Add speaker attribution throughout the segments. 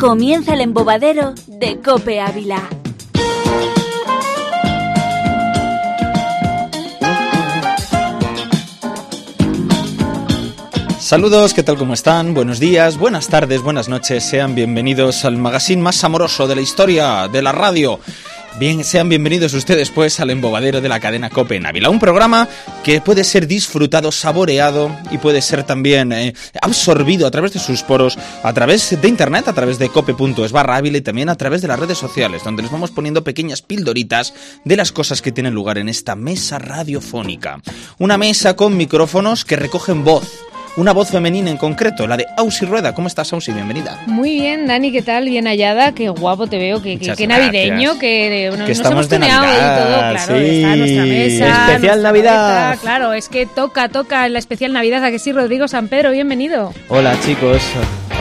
Speaker 1: Comienza el embobadero de Cope Ávila.
Speaker 2: Saludos, ¿qué tal? ¿Cómo están? Buenos días, buenas tardes, buenas noches. Sean bienvenidos al magazine más amoroso de la historia de la radio. Bien, sean bienvenidos ustedes pues al embobadero de la cadena Cope en Ávila, un programa que puede ser disfrutado, saboreado y puede ser también eh, absorbido a través de sus poros, a través de internet, a través de cope.es barra Ávila y también a través de las redes sociales, donde les vamos poniendo pequeñas pildoritas de las cosas que tienen lugar en esta mesa radiofónica. Una mesa con micrófonos que recogen voz, una voz femenina en concreto, la de Ausi Rueda. ¿Cómo estás, Ausi? Bienvenida.
Speaker 3: Muy bien, Dani, ¿qué tal? Bien hallada, qué guapo te veo, qué, qué,
Speaker 2: Muchas
Speaker 3: qué navideño,
Speaker 2: gracias.
Speaker 3: que eh, nos, nos
Speaker 2: estamos
Speaker 3: hemos
Speaker 2: de
Speaker 3: tuneado
Speaker 2: Navidad,
Speaker 3: y todo, claro,
Speaker 2: sí.
Speaker 3: está nuestra mesa.
Speaker 2: Especial
Speaker 3: nuestra
Speaker 4: Navidad.
Speaker 3: mesa, claro, es que toca, toca la especial Navidad, ¿a que sí, Rodrigo San Pedro? Bienvenido.
Speaker 4: Hola chicos,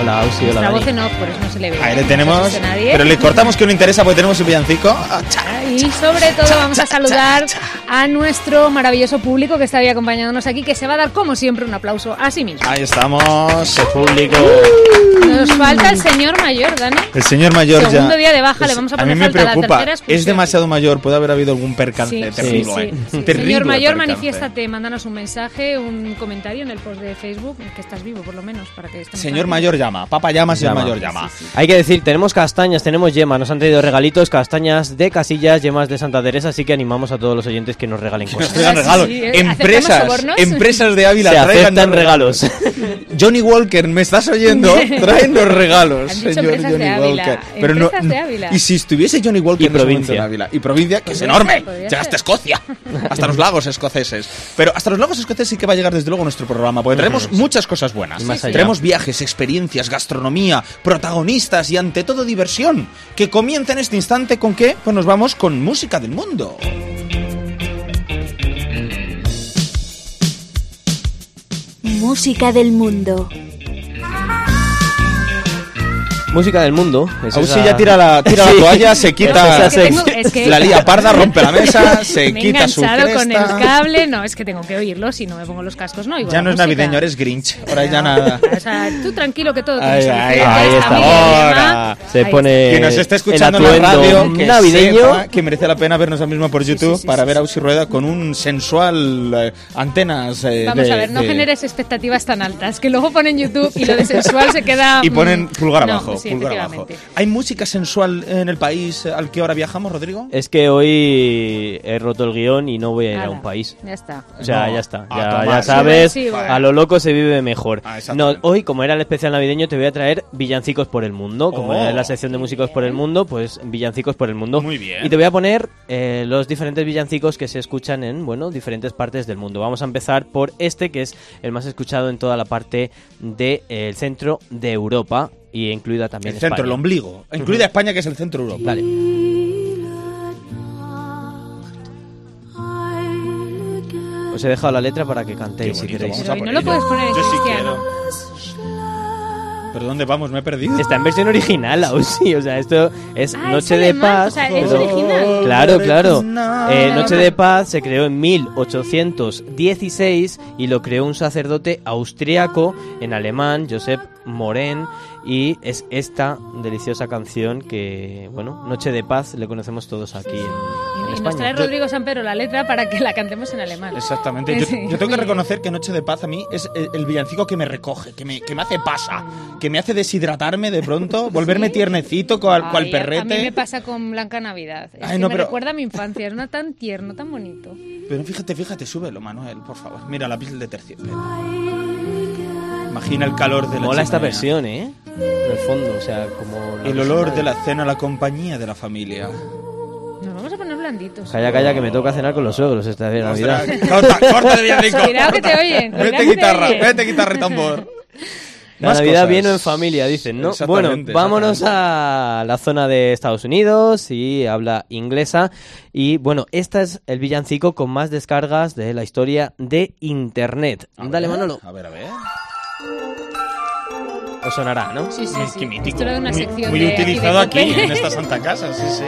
Speaker 4: hola Ausi, hola
Speaker 3: La
Speaker 4: Dani.
Speaker 3: voz en off, por eso no se le ve.
Speaker 2: Ahí le
Speaker 3: No
Speaker 2: tenemos.
Speaker 3: se escucha nadie.
Speaker 2: Pero le cortamos que no interesa porque tenemos un villancico. Ah, cha.
Speaker 3: Y sobre todo vamos a saludar a nuestro maravilloso público que está hoy acompañándonos aquí, que se va a dar como siempre un aplauso a sí mismo.
Speaker 2: Ahí estamos. Uh.
Speaker 4: El público.
Speaker 3: Nos falta el señor mayor, Dani.
Speaker 2: El señor mayor ya.
Speaker 3: Segundo día de baja, le vamos a poner
Speaker 2: mí me
Speaker 3: falta a la
Speaker 2: preocupa.
Speaker 3: tercera expulsión.
Speaker 2: es demasiado mayor, puede haber habido algún percance
Speaker 3: Sí,
Speaker 2: terrible.
Speaker 4: sí,
Speaker 2: ¿eh?
Speaker 3: sí.
Speaker 2: Terrible
Speaker 3: Señor Mayor,
Speaker 2: percance.
Speaker 3: manifiéstate, mándanos un mensaje, un comentario en el post de Facebook, que estás vivo por lo menos, para que estemos
Speaker 2: Señor
Speaker 3: tranquilos.
Speaker 2: Mayor llama, papá llama, señor
Speaker 4: Llama.
Speaker 2: Mayor llama.
Speaker 4: Hay que decir, tenemos castañas, tenemos yemas, nos han traído regalitos, castañas de casillas, yemas de Santa Teresa, así que animamos a todos los oyentes que nos regalen
Speaker 2: Que nos
Speaker 4: cosas.
Speaker 2: traigan
Speaker 3: sí,
Speaker 2: regalos.
Speaker 3: sí, ¿aceptamos
Speaker 2: empresas,
Speaker 3: sobornos?
Speaker 2: empresas de
Speaker 4: Se
Speaker 2: Ávila
Speaker 4: aceptan
Speaker 2: los
Speaker 4: regalos.
Speaker 2: Johnny Walker, ¿me estás oyendo? Traen los regalos,
Speaker 3: Han dicho
Speaker 2: señor
Speaker 3: empresas
Speaker 2: Johnny
Speaker 3: de Ávila,
Speaker 2: Walker.
Speaker 3: empresas de Ávila.
Speaker 2: Y si estuviese Johnny Walker
Speaker 4: Y
Speaker 2: en ese momento
Speaker 4: provincia.
Speaker 2: en Ávila. Y provincia, que es
Speaker 3: Podría
Speaker 2: enorme.
Speaker 3: ser, podría
Speaker 2: Llega
Speaker 3: ser.
Speaker 2: hasta Escocia. Hasta los lagos escoceses. Pero hasta los lagos escoceses sí que va a llegar desde luego nuestro programa, porque traemos muchas cosas buenas.
Speaker 4: Y más allá.
Speaker 2: Traemos viajes, experiencias, gastronomía, protagonistas y ante todo diversión. Que comienza en este instante con que pues nos vamos con música del mundo.
Speaker 1: Música del mundo.
Speaker 4: Música del mundo. es
Speaker 2: Ausi
Speaker 4: esa-
Speaker 2: ya tira la, tira la
Speaker 4: Sí.
Speaker 2: toalla, se quita
Speaker 4: Es que tengo-
Speaker 3: es que-
Speaker 2: la lía parda, rompe la mesa, se
Speaker 3: Me he
Speaker 2: quita su
Speaker 3: enganchado
Speaker 2: cresta.
Speaker 3: con el cable, no, es que tengo que oírlo, si no me pongo los cascos no oigo
Speaker 2: Ya
Speaker 3: la
Speaker 2: no es
Speaker 3: música.
Speaker 2: navideño, eres Grinch. Ahora ya
Speaker 3: No,
Speaker 2: nada.
Speaker 3: O sea, tú tranquilo que todo tiene
Speaker 2: Ahí, ahí,
Speaker 3: solución.
Speaker 2: ahí
Speaker 3: Ya
Speaker 2: está.
Speaker 3: mi problema.
Speaker 2: Ahora
Speaker 4: Se
Speaker 3: Ahí
Speaker 4: pone
Speaker 2: Quien nos está escuchando
Speaker 4: el
Speaker 2: en la
Speaker 4: atuendo
Speaker 2: radio, que
Speaker 4: navideño.
Speaker 2: sepa que merece la pena vernos ahora mismo por YouTube
Speaker 3: sí,
Speaker 2: para
Speaker 3: sí,
Speaker 2: ver a
Speaker 3: sí.
Speaker 2: Ausi Rueda con un sensual eh, antenas. eh,
Speaker 3: Vamos
Speaker 2: de-
Speaker 3: a ver, no
Speaker 2: de-
Speaker 3: generes expectativas tan altas, que luego ponen YouTube y lo de sensual se queda...
Speaker 2: Y ponen
Speaker 3: mm,
Speaker 2: pulgar
Speaker 3: no,
Speaker 2: abajo,
Speaker 3: sí,
Speaker 2: pulgar abajo.
Speaker 3: efectivamente.
Speaker 2: ¿Hay música sensual en el país al que ahora viajamos, Rodrigo?
Speaker 4: Es que hoy he roto el guión y no voy a ir a
Speaker 3: Nada,
Speaker 4: un país.
Speaker 3: Ya está.
Speaker 4: O sea,
Speaker 2: No,
Speaker 4: ya está.
Speaker 2: a
Speaker 4: Ya,
Speaker 2: tomar.
Speaker 4: ya sabes,
Speaker 3: Sí, bueno.
Speaker 4: a lo loco se vive mejor.
Speaker 2: Ah,
Speaker 4: no,
Speaker 2: exactamente.
Speaker 4: hoy, como era el especial navideño, te voy a traer Villancicos por el Mundo. Como
Speaker 2: Oh.
Speaker 4: era la sección de Músicos por el Mundo, pues Villancicos por el Mundo.
Speaker 2: Muy bien.
Speaker 4: Y te voy a poner eh, los diferentes villancicos que se escuchan en, bueno, diferentes partes del mundo. Vamos a empezar por este, que es el más escuchado en toda la parte del centro de Europa y incluida
Speaker 2: El
Speaker 4: también
Speaker 2: centro,
Speaker 4: España.
Speaker 2: el ombligo. Incluida España, que es el centro de Europa.
Speaker 4: Vale. Os he dejado la letra para que cantéis
Speaker 2: Qué
Speaker 4: si
Speaker 2: bonito,
Speaker 4: queréis.
Speaker 2: vamos
Speaker 3: Pero
Speaker 2: a por
Speaker 3: hoy no lo
Speaker 2: ello.
Speaker 3: puedes poner en
Speaker 2: Yo sí
Speaker 3: cristiano.
Speaker 2: quiero. ¿Pero dónde vamos? Me he perdido.
Speaker 4: Está en versión original, Ausi. O sea, esto es
Speaker 3: Ah,
Speaker 4: Noche
Speaker 3: es
Speaker 4: de
Speaker 3: alemán,
Speaker 4: Paz.
Speaker 3: o sea, es
Speaker 4: pero-
Speaker 3: original.
Speaker 4: Claro, claro. Eh,
Speaker 2: Original.
Speaker 4: Noche de Paz se creó en 1816 y lo creó un sacerdote austriaco en alemán, Josep Moren. Y es esta deliciosa canción que, bueno, Noche de Paz le conocemos todos aquí en, en
Speaker 3: Y nos trae
Speaker 4: España.
Speaker 3: Rodrigo San Pedro la letra para que la cantemos en alemán.
Speaker 2: Exactamente. Yo,
Speaker 3: Sí.
Speaker 2: yo tengo que reconocer que Noche de Paz a mí es eh, el, el villancico que me recoge, que me, que me hace pasa, que me hace deshidratarme de pronto, volverme tiernecito cual, cual
Speaker 3: Ay, a-
Speaker 2: perrete.
Speaker 3: A mí me pasa con Blanca Navidad. Es
Speaker 2: Ay,
Speaker 3: que
Speaker 2: no,
Speaker 3: me
Speaker 2: pero-
Speaker 3: recuerda a mi infancia, era una tan tierno, tan bonito.
Speaker 2: Pero fíjate, fíjate, súbelo, Manuel, por favor. Mira la piel de terciopelo. Imagina el calor de la
Speaker 4: Mola esta
Speaker 2: chimenea,
Speaker 4: versión, ¿eh? En el fondo, o sea, como... la
Speaker 2: El olor
Speaker 4: original.
Speaker 2: de la cena, la compañía de la familia.
Speaker 3: Nos vamos a poner blanditos.
Speaker 4: Calla, calla, que me toca cenar con los suegros esta de Navidad.
Speaker 2: Ostras, Corta, corta de villancico.
Speaker 3: Cuidado que te
Speaker 2: corta.
Speaker 3: oyen, cuidado
Speaker 2: Vete
Speaker 3: que te
Speaker 2: guitarra,
Speaker 3: oyen.
Speaker 2: vete guitarra y tambor.
Speaker 4: La
Speaker 2: Más
Speaker 4: Navidad
Speaker 2: cosas.
Speaker 4: viene en familia, dicen, ¿no?
Speaker 2: Exactamente,
Speaker 4: Bueno, vámonos a la zona de Estados Unidos y habla inglesa. Y bueno, este es el villancico con más descargas de la historia de Internet.
Speaker 2: A ver,
Speaker 4: Dale, Manolo.
Speaker 2: A ver, a ver.
Speaker 4: Os sonará, ¿no?
Speaker 3: Sí, sí,
Speaker 2: Qué
Speaker 3: sí.
Speaker 2: mítico.
Speaker 3: Esto era de una
Speaker 2: Muy-
Speaker 3: sección
Speaker 2: muy
Speaker 3: de- de
Speaker 2: utilizado aquí,
Speaker 3: Cope.
Speaker 2: en esta santa casa, sí, sí.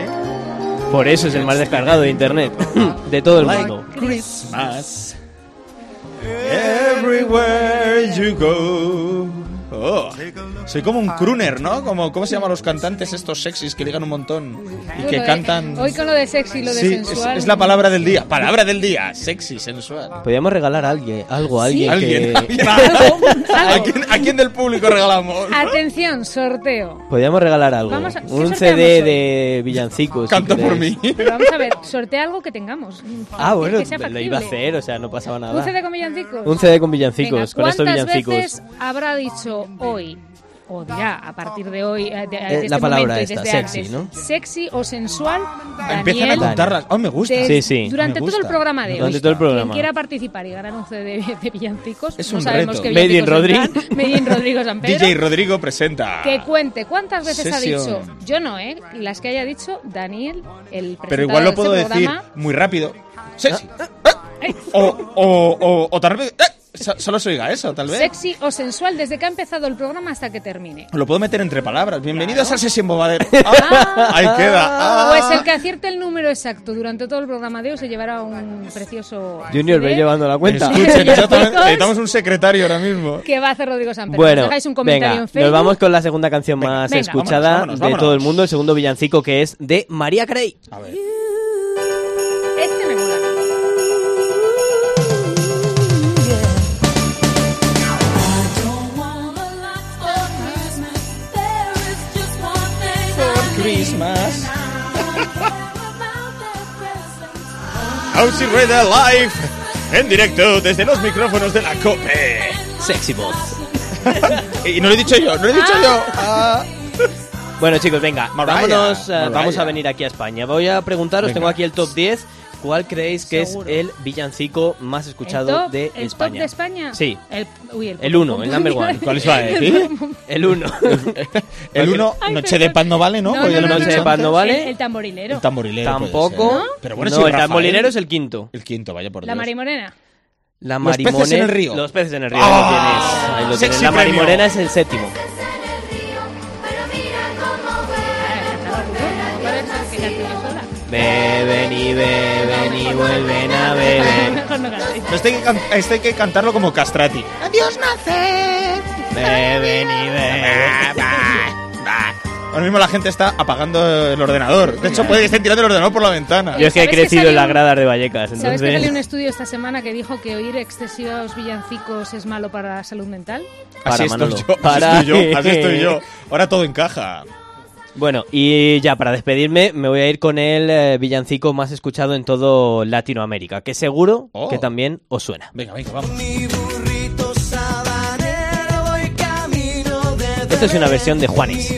Speaker 4: Por eso es el más descargado de Internet. De todo el mundo.
Speaker 2: Christmas. Everywhere you go. Oh. Soy como un crooner, ¿no? Como, ¿Cómo se llaman los cantantes estos sexys que ligan un montón y
Speaker 3: Bueno,
Speaker 2: que
Speaker 3: eh,
Speaker 2: cantan...
Speaker 3: Hoy con lo de sexy, lo de
Speaker 2: Sí, es,
Speaker 3: sensual.
Speaker 2: es la palabra del día. Palabra del día. Sexy, sensual.
Speaker 4: Podríamos regalar a alguien, algo a
Speaker 3: Sí.
Speaker 4: alguien.
Speaker 2: ¿Alguien?
Speaker 4: que-
Speaker 2: ¿Alguien? ¿A, quién, a quién del público regalamos?
Speaker 3: Atención, sorteo.
Speaker 4: Podríamos regalar algo.
Speaker 3: Vamos a- ¿qué
Speaker 4: Un
Speaker 3: sorteamos
Speaker 4: CD
Speaker 3: hoy?
Speaker 4: de villancicos. si
Speaker 2: Canta por
Speaker 4: queréis.
Speaker 2: mí.
Speaker 3: Pero vamos a ver, sortea algo que tengamos.
Speaker 4: Ah,
Speaker 3: Que
Speaker 4: bueno,
Speaker 3: sea
Speaker 4: lo iba a
Speaker 3: factible.
Speaker 4: hacer, o sea, no pasaba nada.
Speaker 3: ¿Un CD con villancicos?
Speaker 4: Un CD con villancicos,
Speaker 3: Venga,
Speaker 4: con estos
Speaker 3: ¿cuántas
Speaker 4: villancicos.
Speaker 3: veces habrá dicho hoy? O dirá, a partir de hoy, eh, de- de este
Speaker 4: la palabra
Speaker 3: momento y
Speaker 4: esta,
Speaker 3: desde
Speaker 4: sexy,
Speaker 3: antes.
Speaker 4: ¿no?
Speaker 3: Sexy o sensual,
Speaker 2: Empiezan a
Speaker 3: Daniel,
Speaker 2: contarlas. Oh, me gusta.
Speaker 3: de-
Speaker 4: Sí, sí.
Speaker 3: durante
Speaker 2: Me
Speaker 3: todo el
Speaker 2: gusta.
Speaker 3: programa de
Speaker 4: Durante
Speaker 3: hoy.
Speaker 4: todo el programa.
Speaker 3: Quien quiera participar y ganar un CD de, de villancicos,
Speaker 2: Es
Speaker 3: no
Speaker 2: un
Speaker 3: sabemos
Speaker 2: reto.
Speaker 3: qué
Speaker 4: Made in
Speaker 3: villancicos
Speaker 4: Rodrigo.
Speaker 3: serán. Made in Rodrigo San Pedro.
Speaker 2: DJ Rodrigo presenta.
Speaker 3: Que cuente cuántas veces ha
Speaker 2: Sesión.
Speaker 3: dicho, yo no, ¿eh? Las que haya dicho Daniel, el presentador
Speaker 2: Pero igual
Speaker 3: de
Speaker 2: lo
Speaker 3: este
Speaker 2: puedo decir
Speaker 3: programa.
Speaker 2: muy rápido. Sexy. Eh, O, o, o, o tal vez. eh, so- Solo se oiga eso, tal vez.
Speaker 3: Sexy o sensual desde que ha empezado el programa hasta que termine.
Speaker 2: Lo puedo meter entre palabras. Bienvenidos a Sesión Bobadero. Ah, ahí queda. Ah.
Speaker 3: Pues el que acierte el número exacto durante todo el programa de hoy se llevará un precioso.
Speaker 4: Junior, ve
Speaker 3: CD
Speaker 4: llevando la cuenta.
Speaker 2: Escuchen, exactamente,
Speaker 3: Chicos.
Speaker 2: necesitamos un secretario ahora mismo.
Speaker 3: Que va a hacer Rodrigo San Pedro.
Speaker 4: Bueno,
Speaker 3: Dejáis un comentario
Speaker 4: venga,
Speaker 3: en Facebook.
Speaker 4: nos vamos con la segunda canción más
Speaker 3: Venga.
Speaker 4: escuchada
Speaker 2: Vámonos, vámonos,
Speaker 4: de todo el
Speaker 2: vámonos.
Speaker 4: mundo, el segundo villancico que es de María Carey.
Speaker 2: A ver.
Speaker 3: Este me mola.
Speaker 2: Christmas. Aussie Raider Live. En directo desde los micrófonos de la COPE.
Speaker 4: Sexy Boss.
Speaker 2: Y no lo he dicho yo, no lo he dicho yo. Ah.
Speaker 4: Bueno, chicos, venga,
Speaker 2: Mariah,
Speaker 4: vámonos, eh,
Speaker 2: Mariah.
Speaker 4: vamos a venir aquí a España. Voy a preguntaros,
Speaker 2: Venga.
Speaker 4: tengo aquí el top 10. ¿Cuál creéis que
Speaker 3: Seguro.
Speaker 4: es el villancico más escuchado
Speaker 3: el top,
Speaker 4: de
Speaker 3: el
Speaker 4: España?
Speaker 3: top de España.
Speaker 4: Sí,
Speaker 3: El, uy, el,
Speaker 4: El uno, el number one.
Speaker 2: ¿Cuál es la de ti?
Speaker 4: el 1.
Speaker 2: El uno,
Speaker 3: Ay,
Speaker 2: Noche
Speaker 3: perdón.
Speaker 2: de Pan no vale, ¿no?
Speaker 3: No,
Speaker 2: Porque
Speaker 3: no,
Speaker 2: ya lo
Speaker 3: no,
Speaker 2: hemos
Speaker 4: Noche de
Speaker 2: dicho
Speaker 4: Pan no
Speaker 2: antes.
Speaker 4: vale.
Speaker 3: El, el tamborilero.
Speaker 2: El tamborilero. eh, puede
Speaker 4: Tampoco.
Speaker 2: ser. Pero bueno,
Speaker 4: no,
Speaker 2: sí,
Speaker 4: el
Speaker 2: Rafael.
Speaker 4: tamborilero es el quinto.
Speaker 2: El quinto, vaya por Dios.
Speaker 3: la marimorena.
Speaker 4: La
Speaker 2: Los peces
Speaker 4: marimorena.
Speaker 2: en el río.
Speaker 4: Los peces en el río.
Speaker 2: Ah,
Speaker 4: ahí lo tienes, ahí lo
Speaker 2: sexy
Speaker 4: tienes. La
Speaker 2: premio.
Speaker 4: marimorena es el séptimo. Beben y beben y vuelven a beber.
Speaker 3: Mejor no cantéis.
Speaker 2: No, este, hay que can- este hay que cantarlo como castrati.
Speaker 4: Beben y beben.
Speaker 2: Ahora mismo la gente está apagando el ordenador. De hecho, puede que estén tirando el ordenador por la ventana.
Speaker 4: Yo es que he
Speaker 3: ¿Sabes que
Speaker 4: crecido en
Speaker 3: salió
Speaker 4: las
Speaker 3: un-
Speaker 4: gradas de Vallecas,
Speaker 3: ¿Sabes que salió un
Speaker 4: entonces...
Speaker 3: estudio esta semana que dijo que oír excesivos villancicos es malo para la salud mental?
Speaker 2: Así estoy
Speaker 4: Para, Manolo.
Speaker 2: yo, así
Speaker 4: Para.
Speaker 2: estoy yo, así estoy yo. Ahora todo encaja.
Speaker 4: Bueno, y ya para despedirme me voy a ir con el eh, villancico más escuchado en todo Latinoamérica, que seguro
Speaker 2: Oh.
Speaker 4: que también os suena.
Speaker 2: Venga, venga, vamos.
Speaker 4: Esto es una versión de Juanes.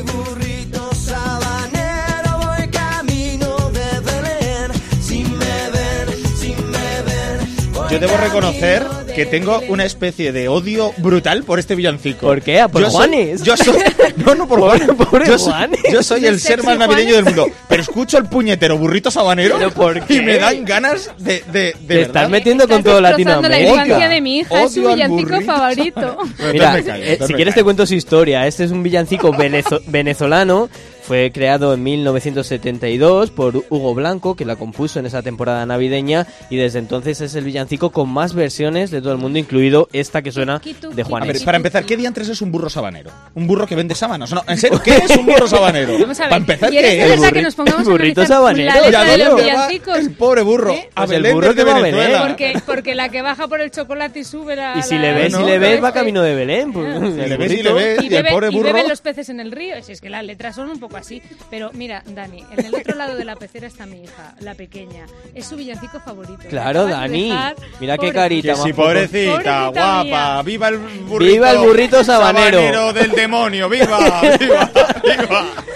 Speaker 2: Yo debo reconocer que tengo una especie de odio brutal por este villancico.
Speaker 4: ¿Por qué? Ah, por
Speaker 2: yo soy-
Speaker 4: Juanes.
Speaker 2: yo soy. No, no, por
Speaker 4: Pobre-
Speaker 2: Juanes.
Speaker 4: pobre
Speaker 2: yo, soy,
Speaker 4: Juanes.
Speaker 2: yo soy el ser más navideño del mundo. Pero escucho el puñetero burrito sabanero
Speaker 4: ¿Pero por qué?
Speaker 2: y me dan ganas de. de, de
Speaker 4: Te
Speaker 2: verdad.
Speaker 4: estás metiendo con
Speaker 3: Estás
Speaker 4: todo
Speaker 3: destrozando la
Speaker 4: Latinoamérica.
Speaker 3: infancia de mi hija, es su
Speaker 2: Odio al
Speaker 3: villancico
Speaker 2: burrito.
Speaker 3: favorito.
Speaker 2: Bueno, entonces
Speaker 4: Mira,
Speaker 2: me callo,
Speaker 4: eh,
Speaker 2: entonces
Speaker 4: si
Speaker 2: me
Speaker 4: quieres te
Speaker 2: callo.
Speaker 4: cuento su historia. Este es un villancico venezo- venezolano. Fue creado en 1972 por Hugo Blanco, que la compuso en esa temporada navideña. Y desde entonces es el villancico con más versiones de todo el mundo, incluido esta que suena de
Speaker 2: A
Speaker 4: Juanes.
Speaker 2: ver, para empezar, ¿qué diantres es un burro sabanero? ¿Un burro que vende sábanas? No, ¿En serio? ¿Qué es un burro sabanero?
Speaker 3: Vamos a ver.
Speaker 2: Para empezar,
Speaker 3: ¿Quieres
Speaker 2: ¿qué
Speaker 3: de
Speaker 2: es?
Speaker 3: verdad que
Speaker 4: burri-
Speaker 3: nos pongamos a
Speaker 4: el burrito
Speaker 3: analizar
Speaker 4: sabanero.
Speaker 3: la letra
Speaker 4: Ya
Speaker 3: de los
Speaker 2: dónde va
Speaker 3: villancicos?
Speaker 2: el pobre burro?
Speaker 3: ¿Eh?
Speaker 2: A
Speaker 4: Pues el
Speaker 2: Belén
Speaker 4: burro
Speaker 2: desde
Speaker 4: que va a
Speaker 2: Venezuela.
Speaker 4: Belén.
Speaker 3: Porque, porque la que baja por el chocolate y sube la...
Speaker 4: Y si
Speaker 3: la-
Speaker 4: le ves,
Speaker 2: Bueno,
Speaker 4: si le ves, va
Speaker 3: este.
Speaker 4: camino de Belén. pues,
Speaker 3: Ah.
Speaker 4: el
Speaker 2: Si le ves, si
Speaker 4: burrito.
Speaker 2: le ves.
Speaker 3: Y,
Speaker 2: Y el
Speaker 3: beben-
Speaker 2: pobre
Speaker 3: y
Speaker 2: burro.
Speaker 3: beben los peces en el río. Si es que las letras son un poco así. Pero mira, Dani, en el otro lado de la pecera está mi hija, la pequeña. Es su villancico favorito.
Speaker 4: Claro,
Speaker 3: Me acabas de
Speaker 4: Dani.
Speaker 3: dejar,
Speaker 4: Mira qué
Speaker 3: pobre-
Speaker 4: carita.
Speaker 2: Que sí,
Speaker 4: Tampoco.
Speaker 2: pobrecita,
Speaker 3: Pobrecita
Speaker 2: guapa,
Speaker 3: mía.
Speaker 2: viva el burrito.
Speaker 4: Viva el burrito sabanero.
Speaker 2: del demonio, viva, viva, viva.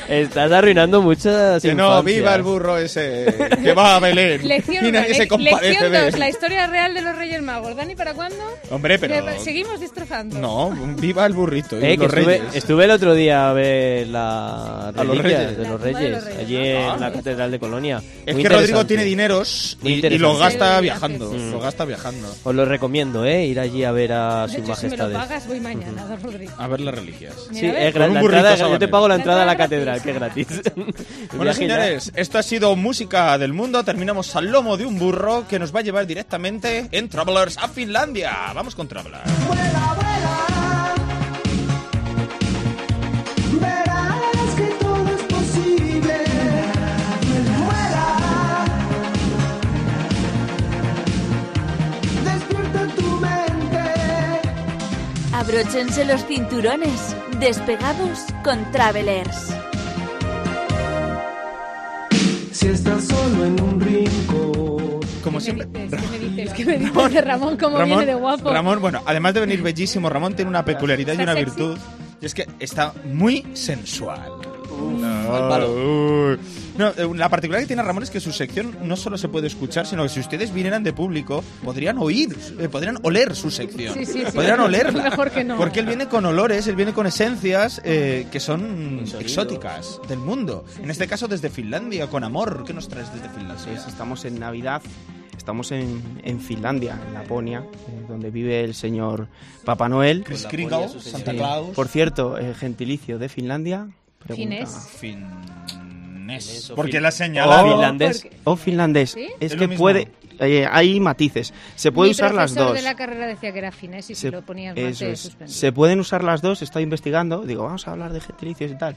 Speaker 4: Estás arruinando muchas
Speaker 2: Que no,
Speaker 4: infancias.
Speaker 2: viva el burro ese que va a Belén.
Speaker 3: Lección
Speaker 2: y
Speaker 3: 1,
Speaker 2: nadie se compadece de él.
Speaker 3: la historia real de los Reyes Magos. Dani, ¿para cuándo?
Speaker 2: Hombre, pero...
Speaker 3: Le- Seguimos destrozando.
Speaker 2: No, viva el burrito y
Speaker 4: Eh, que
Speaker 2: los
Speaker 4: estuve,
Speaker 2: reyes.
Speaker 4: estuve el otro día a ver la
Speaker 2: A los
Speaker 4: reliquia
Speaker 2: reyes. Ah.
Speaker 4: de
Speaker 3: La
Speaker 4: los
Speaker 3: tumba de
Speaker 4: reyes,
Speaker 3: los reyes.
Speaker 4: allí en la catedral de Colonia.
Speaker 2: Es
Speaker 4: Muy
Speaker 2: que Rodrigo
Speaker 4: interesante.
Speaker 2: tiene dineros
Speaker 4: Muy
Speaker 2: y, y
Speaker 4: interesante.
Speaker 2: los gasta
Speaker 3: Sí,
Speaker 2: viajando.
Speaker 3: sí, sí.
Speaker 2: Los gasta viajando.
Speaker 4: Os lo recomiendo, ¿eh? Ir allí a ver a
Speaker 3: Pues De hecho,
Speaker 4: sus
Speaker 3: si me lo
Speaker 4: majestades.
Speaker 3: pagas, voy mañana, don Rodrigo.
Speaker 2: A ver las reliquias.
Speaker 4: Sí,
Speaker 3: Mira, ¿ves?
Speaker 4: es gra-
Speaker 2: Con un
Speaker 4: la
Speaker 2: burrito
Speaker 4: entrada- yo te
Speaker 2: sabanero.
Speaker 4: pago la
Speaker 3: La
Speaker 4: entrada a la
Speaker 3: entrada
Speaker 4: catedral, que es gratis. El
Speaker 2: Bueno,
Speaker 4: viaje nada.
Speaker 2: señores, esto ha sido Música del Mundo. Terminamos al lomo de un burro que nos va a llevar directamente en Travelers a Finlandia. Vamos con Travelers.
Speaker 5: Vuela, vuela,
Speaker 1: Abróchense los cinturones. Despegados con Travelers.
Speaker 5: Si estás solo en un rincón.
Speaker 2: Como
Speaker 3: ¿Qué me
Speaker 2: siempre.
Speaker 3: dices? ¿Qué me dices? ¿Qué me dices de Ramón? ¿Cómo
Speaker 2: Ramón,
Speaker 3: viene de guapo?
Speaker 2: Ramón, bueno, además de venir bellísimo, Ramón tiene una peculiaridad y
Speaker 3: Está
Speaker 2: una
Speaker 3: sexy.
Speaker 2: virtud. Y es que está muy sensual.
Speaker 6: al palo.
Speaker 2: uy. No, eh, la particularidad que tiene Ramón es que su sección no solo se puede escuchar, sino que si ustedes vinieran de público, podrían oír, eh, podrían oler su sección.
Speaker 3: Sí, sí, sí.
Speaker 2: Podrían olerla.
Speaker 3: Mejor que no.
Speaker 2: Porque él viene con olores, él viene con esencias eh, que son
Speaker 6: sonido.
Speaker 2: exóticas del mundo. En este caso, desde Finlandia, con amor. ¿Qué nos traes desde
Speaker 5: Así
Speaker 2: Finlandia?
Speaker 5: es, estamos en Navidad, estamos en, en Finlandia, en Laponia, eh, donde vive el señor Papá Noel.
Speaker 2: Chris
Speaker 6: Con la
Speaker 2: Kringle,
Speaker 6: polla, su
Speaker 2: Santa
Speaker 5: Eh,
Speaker 2: Claus.
Speaker 5: Por cierto, el gentilicio de Finlandia. pregunta-
Speaker 3: Finés.
Speaker 2: finés.
Speaker 4: Eso,
Speaker 2: Porque
Speaker 4: fin-
Speaker 2: la señala.
Speaker 5: Oh,
Speaker 4: finlandés.
Speaker 3: porque-
Speaker 5: O finlandés.
Speaker 3: ¿Sí?
Speaker 5: Es
Speaker 2: Es lo
Speaker 5: que
Speaker 2: mismo.
Speaker 5: puede. eh, hay matices. Se puede
Speaker 3: Mi
Speaker 5: usar las
Speaker 3: profesor
Speaker 5: dos.
Speaker 3: de la carrera decía que era finés y si
Speaker 5: Se-
Speaker 3: lo ponías mal
Speaker 5: eso
Speaker 3: te
Speaker 5: es.
Speaker 3: suspendían.
Speaker 5: Se pueden usar las dos, estoy investigando, digo, vamos a hablar de gentilicios y tal.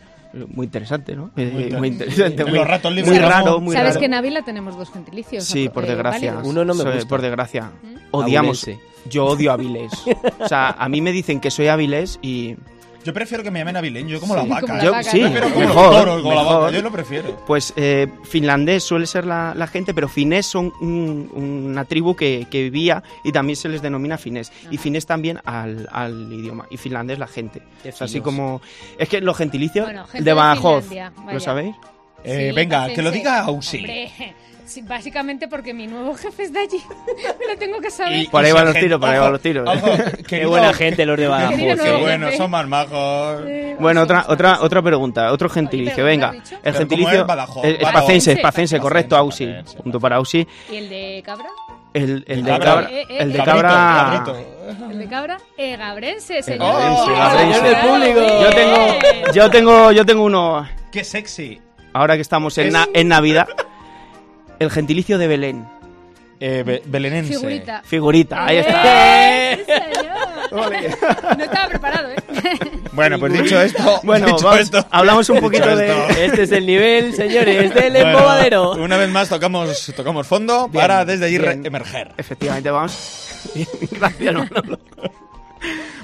Speaker 5: Muy interesante, ¿no? Eh, Muy,
Speaker 2: inter-
Speaker 5: interesante.
Speaker 2: En
Speaker 5: muy,
Speaker 2: los ratos libres,
Speaker 5: muy
Speaker 2: Ramón.
Speaker 5: raro, muy
Speaker 3: Sabes
Speaker 5: raro.
Speaker 3: que en Ávila tenemos dos gentilicios.
Speaker 5: Sí, por
Speaker 3: eh,
Speaker 5: desgracia.
Speaker 3: válidos.
Speaker 4: Uno no me
Speaker 5: Soy-
Speaker 4: gusta.
Speaker 5: Por desgracia.
Speaker 3: Ah,
Speaker 5: Odiamos.
Speaker 4: Avilense.
Speaker 5: Yo odio Avilés. O sea, a mí me dicen que soy Avilés y
Speaker 2: Yo prefiero que me llamen Avilén, yo como la
Speaker 3: Sí, como
Speaker 2: vaca.
Speaker 3: la
Speaker 5: yo
Speaker 3: vaca,
Speaker 5: sí,
Speaker 3: ¿no?
Speaker 2: Pero como
Speaker 5: mejor,
Speaker 2: los toros, como la vaca,
Speaker 5: mejor.
Speaker 2: yo lo prefiero.
Speaker 5: Pues eh, finlandés suele ser la, la gente, pero finés son un- una tribu que, que vivía y también se les denomina finés. Y finés también al, al idioma. Y finlandés la gente.
Speaker 4: Qué
Speaker 5: O sea, así
Speaker 4: finos.
Speaker 5: como... Es que los gentilicios
Speaker 3: Bueno, gente
Speaker 5: de
Speaker 3: de
Speaker 5: Badajoz,
Speaker 3: Finlandia, vaya.
Speaker 5: ¿lo sabéis?
Speaker 2: Eh,
Speaker 3: Sí,
Speaker 2: venga, que lo
Speaker 3: pásense.
Speaker 2: diga Ausi.
Speaker 3: Hombre, sí, básicamente porque mi nuevo jefe es de allí. lo tengo que saber.
Speaker 5: Por ahí
Speaker 2: si
Speaker 5: van
Speaker 2: el
Speaker 5: los
Speaker 2: gen-
Speaker 5: tiros, por ahí
Speaker 2: ojo,
Speaker 5: van los tiros.
Speaker 2: ojo,
Speaker 4: Qué
Speaker 2: querido-
Speaker 4: buena gente los de Badajoz.
Speaker 3: Querido
Speaker 2: Qué
Speaker 3: Noel.
Speaker 4: eh.
Speaker 2: bueno, son más majos.
Speaker 3: Eh,
Speaker 5: Bueno, otra,
Speaker 3: vamos a-
Speaker 5: otra, otra pregunta, otro
Speaker 3: Oye,
Speaker 5: gentilicio,
Speaker 3: ¿pero
Speaker 5: venga.
Speaker 3: cómo has dicho?
Speaker 5: El
Speaker 2: ¿Pero cómo
Speaker 5: gentilicio...
Speaker 2: es Badajoz?
Speaker 5: el-
Speaker 2: Badajoz.
Speaker 5: Espacense,
Speaker 3: Espacense,
Speaker 5: espacense, correcto, Ausi.
Speaker 2: Espacense.
Speaker 5: Punto para Ausi.
Speaker 3: ¿Y el de cabra?
Speaker 5: El, el de
Speaker 2: Cabra.
Speaker 5: cabra...
Speaker 3: Eh, eh,
Speaker 5: El de
Speaker 3: eh,
Speaker 5: cabra...
Speaker 2: Cabrito, cabrito.
Speaker 3: ¿El de cabra? Egabrense, señor.
Speaker 2: Egabrense,
Speaker 3: Público.
Speaker 5: egabrense.
Speaker 3: Señor del público. Eh,
Speaker 5: Yo tengo, yo tengo, yo tengo uno...
Speaker 2: Qué sexy.
Speaker 5: ahora que estamos en,
Speaker 2: Es-
Speaker 5: na- en Navidad, el gentilicio de Belén.
Speaker 2: Eh, be- belenense.
Speaker 3: Figurita.
Speaker 5: Figurita, ahí está.
Speaker 3: ¡Eh, señor! No estaba preparado, ¿eh?
Speaker 2: Bueno, pues dicho esto,
Speaker 5: Bueno,
Speaker 2: dicho
Speaker 5: vamos-
Speaker 2: esto,
Speaker 5: hablamos un poquito
Speaker 2: dicho
Speaker 5: de-
Speaker 2: esto.
Speaker 4: Este es el nivel, señores, del
Speaker 2: Bueno,
Speaker 4: embobadero.
Speaker 2: Una vez más tocamos, tocamos fondo
Speaker 5: Bien,
Speaker 2: para desde allí re-
Speaker 5: bien.
Speaker 2: emerger.
Speaker 5: Efectivamente, vamos. Bien, Gracias, Manolo.